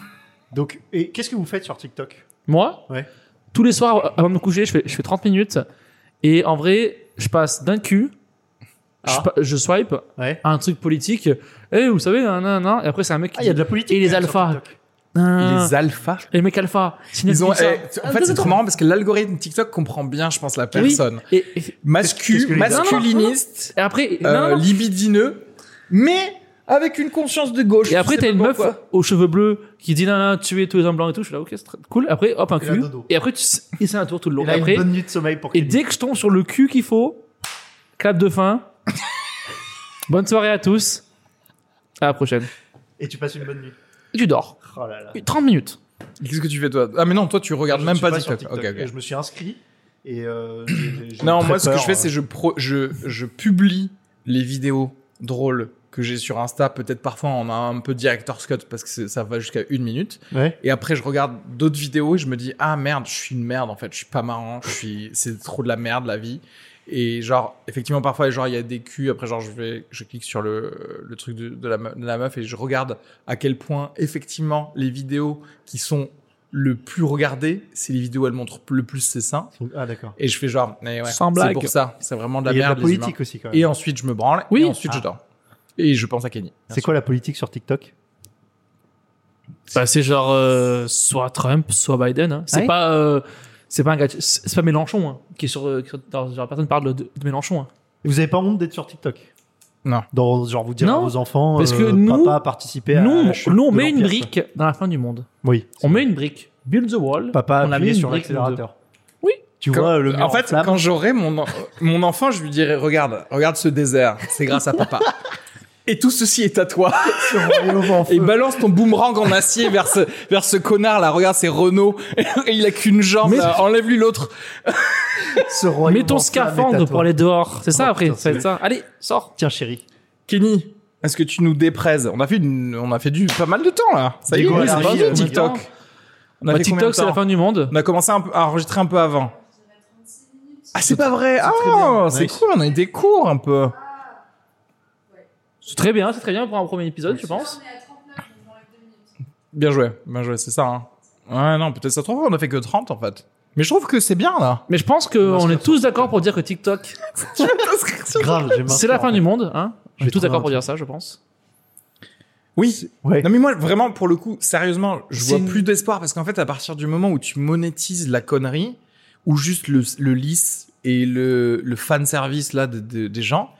B: Donc, et qu'est-ce que vous faites sur TikTok
C: Moi
B: Ouais.
C: tous les soirs, avant de me coucher, je fais, je fais 30 minutes. Et en vrai, je passe d'un cul, je,
B: Ah.
C: pa- je swipe
B: Ouais.
C: à un truc politique. Eh, vous savez, nan, nan, nan. Et après, c'est un mec qui
B: Ah, il y a
C: dit,
B: de la politique.
C: Et les
B: quand même sur
C: alphas.
B: TikTok.
C: Nan, nan.
A: Les alphas.
C: les mecs alpha. Synapse
A: Ils ont,
C: Pixar.
A: eh,
B: Ah,
A: en fait, c'est trop marrant parce que l'algorithme TikTok comprend bien, je pense, la
C: Oui.
A: personne.
C: Et, et- et
A: Mascu-
B: Qu'est-ce que les-
A: masculiniste,
C: après,
A: euh,
C: nan, nan.
A: libidineux, mais avec une conscience de gauche.
C: Et après,
A: Je sais
C: t'as
A: pas
C: une meuf
A: pourquoi.
C: aux cheveux bleus qui dit, nan, nan, tuez tous les hommes blancs et tout. Je suis là, ok, c'est très cool. Après, hop, un
B: Et là,
C: cul.
B: dodo.
C: Et après, tu s- et c'est un tour tout le long.
B: Il a
C: après,
B: une bonne nuit de sommeil pour
C: et
B: Kenny.
C: dès que je tombe sur le cul qu'il faut, clap
B: (laughs)
C: de fin. Bonne soirée à tous. À la prochaine.
B: Et tu passes une bonne nuit.
C: Et tu dors.
B: Oh là là.
C: 30 minutes.
A: Qu'est-ce que tu fais toi Ah mais non, toi tu regardes
B: Je
A: même
B: suis
A: pas
B: sur
A: TikTok. Ok, ok.
B: Et je me suis inscrit. Et euh, j'ai- j'ai- j'ai
A: Non,
B: très
A: moi ce que
B: peur,
A: je fais
B: euh,
A: c'est je pro- je je publie les vidéos drôles que j'ai sur Insta, peut-être parfois on a un peu director's cut parce que c'est- ça va jusqu'à une minute.
B: Ouais.
A: Et après je regarde d'autres vidéos et je me dis ah merde, je suis une merde en fait, je suis pas marrant, je suis c'est trop de la merde la vie. Et genre effectivement parfois genre il y a des culs. Après genre je vais je clique sur le le truc de, de la, me- de la meuf et je regarde à quel point effectivement les vidéos qui sont le plus regardées, c'est les vidéos où elles montrent le plus ses seins.
B: Ah, d'accord.
A: Et je fais genre, mais ouais,
C: Sans
A: c'est
C: blague.
A: pour ça, c'est vraiment de
B: Et
A: la
B: Il y a de
A: merde.
B: la
A: les
B: politique aussi, quand
A: humains.
B: même.
A: Et ensuite, je me branle,
C: Oui.
A: et ensuite,
B: Ah.
A: je dors. Et je pense à Kenny.
B: C'est quoi la politique sur TikTok
C: Bah, c'est genre euh, soit Trump, soit Biden. hein. C'est
B: Ouais.
C: pas euh, c'est pas un gars- c'est c'est pas Mélenchon hein, qui est sur, euh, qui est sur- dans- genre, personne parle de, de Mélenchon. hein.
B: Et Vous avez pas honte d'être sur TikTok
A: Non.
B: Dans, genre, vous dire à
C: Non,
B: vos enfants,
C: parce que
B: euh,
C: nous-
B: papa a participé à
C: Nous,
B: la
C: on-
B: chute
C: nous, on
B: de
C: met une
B: l'Empire, quoi.
C: brique dans la fin du monde.
B: Oui.
C: On met une brique. Build the wall.
B: Papa
C: on
B: a
C: la
B: appuyé
C: met une
B: sur
C: brique,
B: l'accélérateur.
C: Oui.
B: Tu
A: Quand-
B: vois, le mur
A: en fait,
B: flamme.
A: quand j'aurai mon, en- mon enfant, je lui dirai, regarde, regarde ce désert, c'est grâce à papa. Et tout ceci est à toi.
B: Et au
C: (laughs)
B: vent,
C: Eh
A: Et
B: feu.
A: balance ton boomerang en acier vers ce, vers ce connard là. Regarde, c'est Renault. Et il a qu'une jambe.
C: Mais-
A: là. Enlève-lui l'autre.
B: Ce royaume
C: ben, Mets ton
B: en flamme est à
C: scaphandre
B: toi.
C: pour aller dehors. C'est ça
B: Oh,
C: après.
B: putain,
C: ça va
B: c'est-
C: être ça. Allez, sors.
B: Tiens, chérie.
A: Kenny, est-ce que tu nous dépraises? On a fait une- on a fait du pas mal de temps là. Ça y est,
B: Dégo,
A: on est
B: la
A: parti
B: vie,
A: de TikTok. On a
C: combien de Bah,
A: fait combien de
C: TikTok, c'est
A: temps Bah,
C: la fin du monde.
A: On a commencé un peu- à enregistrer un peu avant. Ah, c'est pas vrai Ah, c'est
B: Nice.
A: cool, on a eu des cours un peu.
C: C'est très bien, c'est très bien pour un premier épisode, je pense.
A: Bien joué, bien joué, c'est ça. hein. Ouais, non, peut-être ça se trouve, on a fait que 30 en fait. Mais je trouve que c'est bien là.
C: Mais je pense qu'on est tous d'accord pour dire que TikTok,
B: Grave, j'ai
C: c'est la fin du monde. Hein. On
B: J'ai
C: est tous
B: trop
C: d'accord
B: hâte.
C: pour dire ça, je pense.
A: Oui.
B: Ouais.
A: Non, mais moi, vraiment, pour le coup, sérieusement, je
C: C'est
A: vois
C: une-
A: plus d'espoir parce qu'en fait, à partir du moment où tu monétises la connerie ou juste le, le lice et le, le fan service là de- de- des gens,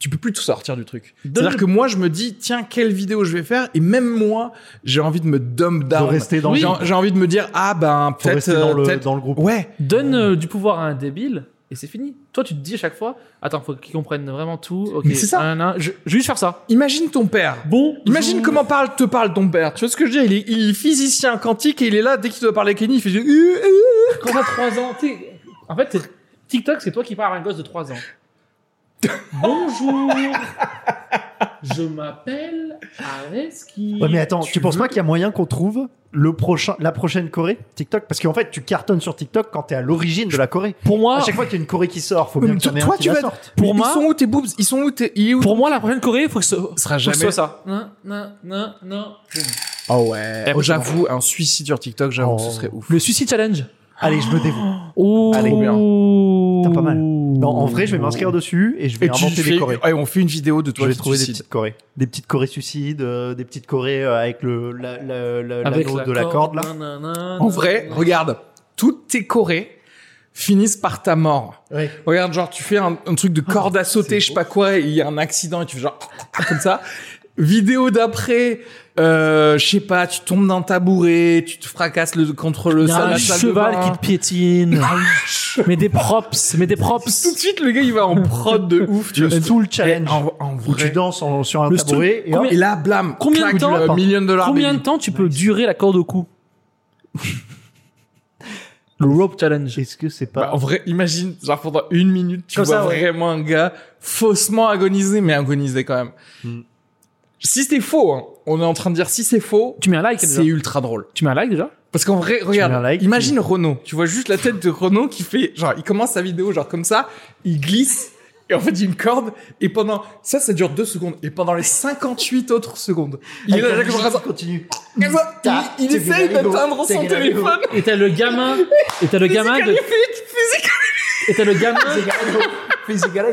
A: tu peux plus tout sortir du truc.
C: Donne-
A: C'est-à-dire que moi, je me dis, tiens, quelle vidéo je vais faire Et même moi, j'ai envie de me dumb down.
B: rester dans
A: Oui,
B: le-
A: j'ai- J'ai envie de me dire, ah ben,
B: Faut
A: peut-être.
B: rester dans
A: euh,
B: le,
A: peut-être-
B: dans le groupe.
A: Ouais,
C: Donne euh, du pouvoir à un débile et c'est fini. Toi, tu te dis à chaque fois, attends, faut qu'ils comprennent vraiment tout. Ok,
A: Mais c'est ça.
C: nanana, je, je vais juste faire ça.
A: imagine ton père.
C: Bon,
A: Imagine
C: je-
A: comment parle, te parle ton père. Tu vois ce que je veux dire il est, il est physicien quantique et il est là, dès qu'il doit parler à Kenny, il fait du... Euh, euh.
C: Quand t'as 3 ans, t'es- en fait, t'es- TikTok, c'est toi qui parles à un gosse de 3 ans. Bonjour, je m'appelle Areski.
B: Ouais, mais attends, tu, penses
C: veux-
B: pas qu'il y a moyen qu'on trouve le prochain, la prochaine Corée TikTok Parce qu'en fait, tu cartonnes sur TikTok quand t'es à l'origine de la Corée.
C: Pour moi,
B: À chaque fois qu'il y a une Corée qui sort, faut
A: Oh.
B: bien
A: Euh, Mais
B: qu'il y en ait un
A: toi,
B: qui
A: tu
B: la
A: vas-
B: sorte.
A: ils
C: Pour moi-
A: sont où tes boobs Ils sont où tes... Il est où
C: pour moi, la prochaine Corée, faut que ce, faut
A: Ce sera
C: que ce soit ça. Non, non, non, non.
A: Oh ouais.
C: Eh,
A: Oh, j'avoue, Oh. un suicide sur TikTok, j'avoue, ce serait ouf.
C: Le suicide challenge.
B: Allez, je me dévoue.
C: Oh,
B: Allez,
A: bien.
B: T'as pas mal. Non, en vrai, je vais m'inscrire dessus et je vais
A: Et tu
B: inventer
A: fais...
B: des Corées.
A: Ouais, on fait une vidéo de
B: Je
A: toi
B: vais
A: qui
B: trouver des
A: suicide.
B: petites Corées. Des petites Corées suicides, euh, des petites Corées euh, avec le la, la, la-
C: Avec
B: l'anneau
C: la
B: de la corde, là.
C: nanana,
A: En vrai,
C: nanana.
A: regarde, toutes tes Corées finissent par ta mort.
B: Ouais.
A: Regarde, genre, tu fais un, un truc de corde à sauter, je sais pas quoi, et il y a un accident et tu fais genre (laughs) comme ça. Vidéo d'après, euh, je sais pas, tu tombes dans ta bourrée, tu te fracasses le, contre le
C: Il y a
A: sol-
C: un
A: la salle de
C: cheval
A: bain.
C: qui te piétine.
B: Ah
C: mais des props, mais des props.
A: Tout de suite, le gars, il va en prod de ouf. Tu
B: Le
A: vois.
B: Soul
A: Et
B: Challenge.
A: en, en
B: Où tu
A: vrai.
B: danses en- sur un
C: Le
B: tabouret et hop,
C: combien-
A: Et là, blam.
C: Combien de
A: claque,
C: temps-
A: euh, Million de dollars.
C: Combien de
A: baby.
C: temps tu peux durer la corde au cou Le rope challenge.
B: Est-ce que c'est
A: Bah,
B: pas
A: en vrai, imagine, genre pendant une minute, tu
C: Comme
A: vois
C: ça, ouais.
A: vraiment un gars faussement agonisé, mais agonisé quand même.
B: Hmm.
A: Si c'est faux, hein, on est en train de dire si c'est faux,
C: Tu mets un like déjà.
A: c'est ultra drôle.
C: Tu mets un like déjà
A: Parce qu'en vrai,
B: mets
A: regarde,
B: un like,
A: imagine Renault. Tu vois juste la tête de Renault qui fait, genre, il commence sa vidéo, genre, comme ça, il glisse, Et en fait, il y a une corde, et pendant. Ça, ça dure 2 secondes. Et pendant les 58 autres secondes, il est là, Jacques Chirac,
B: continue.
A: comme ça,
B: Ta-
A: il, il
B: t'es
A: essaye
B: galère,
A: d'atteindre
B: t'es
A: son
B: galère,
A: téléphone.
C: Et t'as le gamin. Et t'as le gamin de. Et t'as le gamin.
A: (laughs)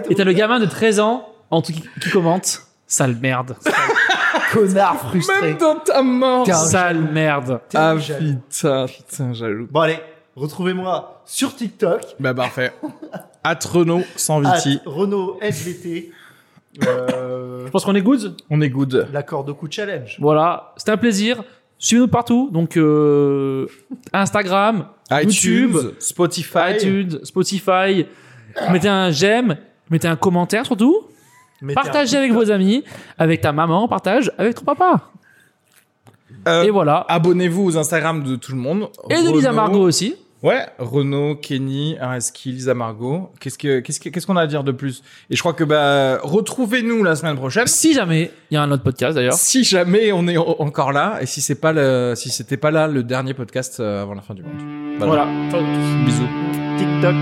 C: Et t'as le gamin de 13 ans en tout, qui commente. Sale merde.
B: Connard frustré.
A: Même dans ta mort.
B: Car-
C: (laughs) Sale merde.
B: T'es
A: Ah
B: jaloux.
A: putain, putain, jaloux.
B: Bon, allez, retrouvez-moi sur TikTok.
A: Bah parfait. At Renault sans Viti,
B: at Renault SVT. Euh,
C: (laughs) Je pense qu'on est good.
A: on est good.
B: la corde au cou challenge.
C: Voilà. C'était un plaisir. Suivez-nous partout. Donc, euh, Instagram,
A: iTunes,
C: YouTube,
A: Spotify.
C: iTunes, Spotify. Mettez un j'aime. Mettez un commentaire surtout.
B: Mettez un-
C: Partagez avec vos amis, avec ta maman, partage avec ton papa.
A: Euh,
C: Et voilà.
A: Abonnez-vous aux Instagram de tout le monde.
C: Et de Lisa
A: Renaud-
C: Margot aussi.
A: Ouais, Renaud, Kenny, Areski, Lisa Margot. Qu'est-ce que qu'est-ce que- qu'est-ce qu'on a à dire de plus Et je crois que bah retrouvez-nous la semaine prochaine.
C: Si jamais, il y a un autre podcast d'ailleurs.
A: Si jamais on est en- encore là et si c'est pas le si c'était pas là le dernier podcast euh, avant la fin du monde.
C: Voilà.
A: Bisous.
B: TikTok.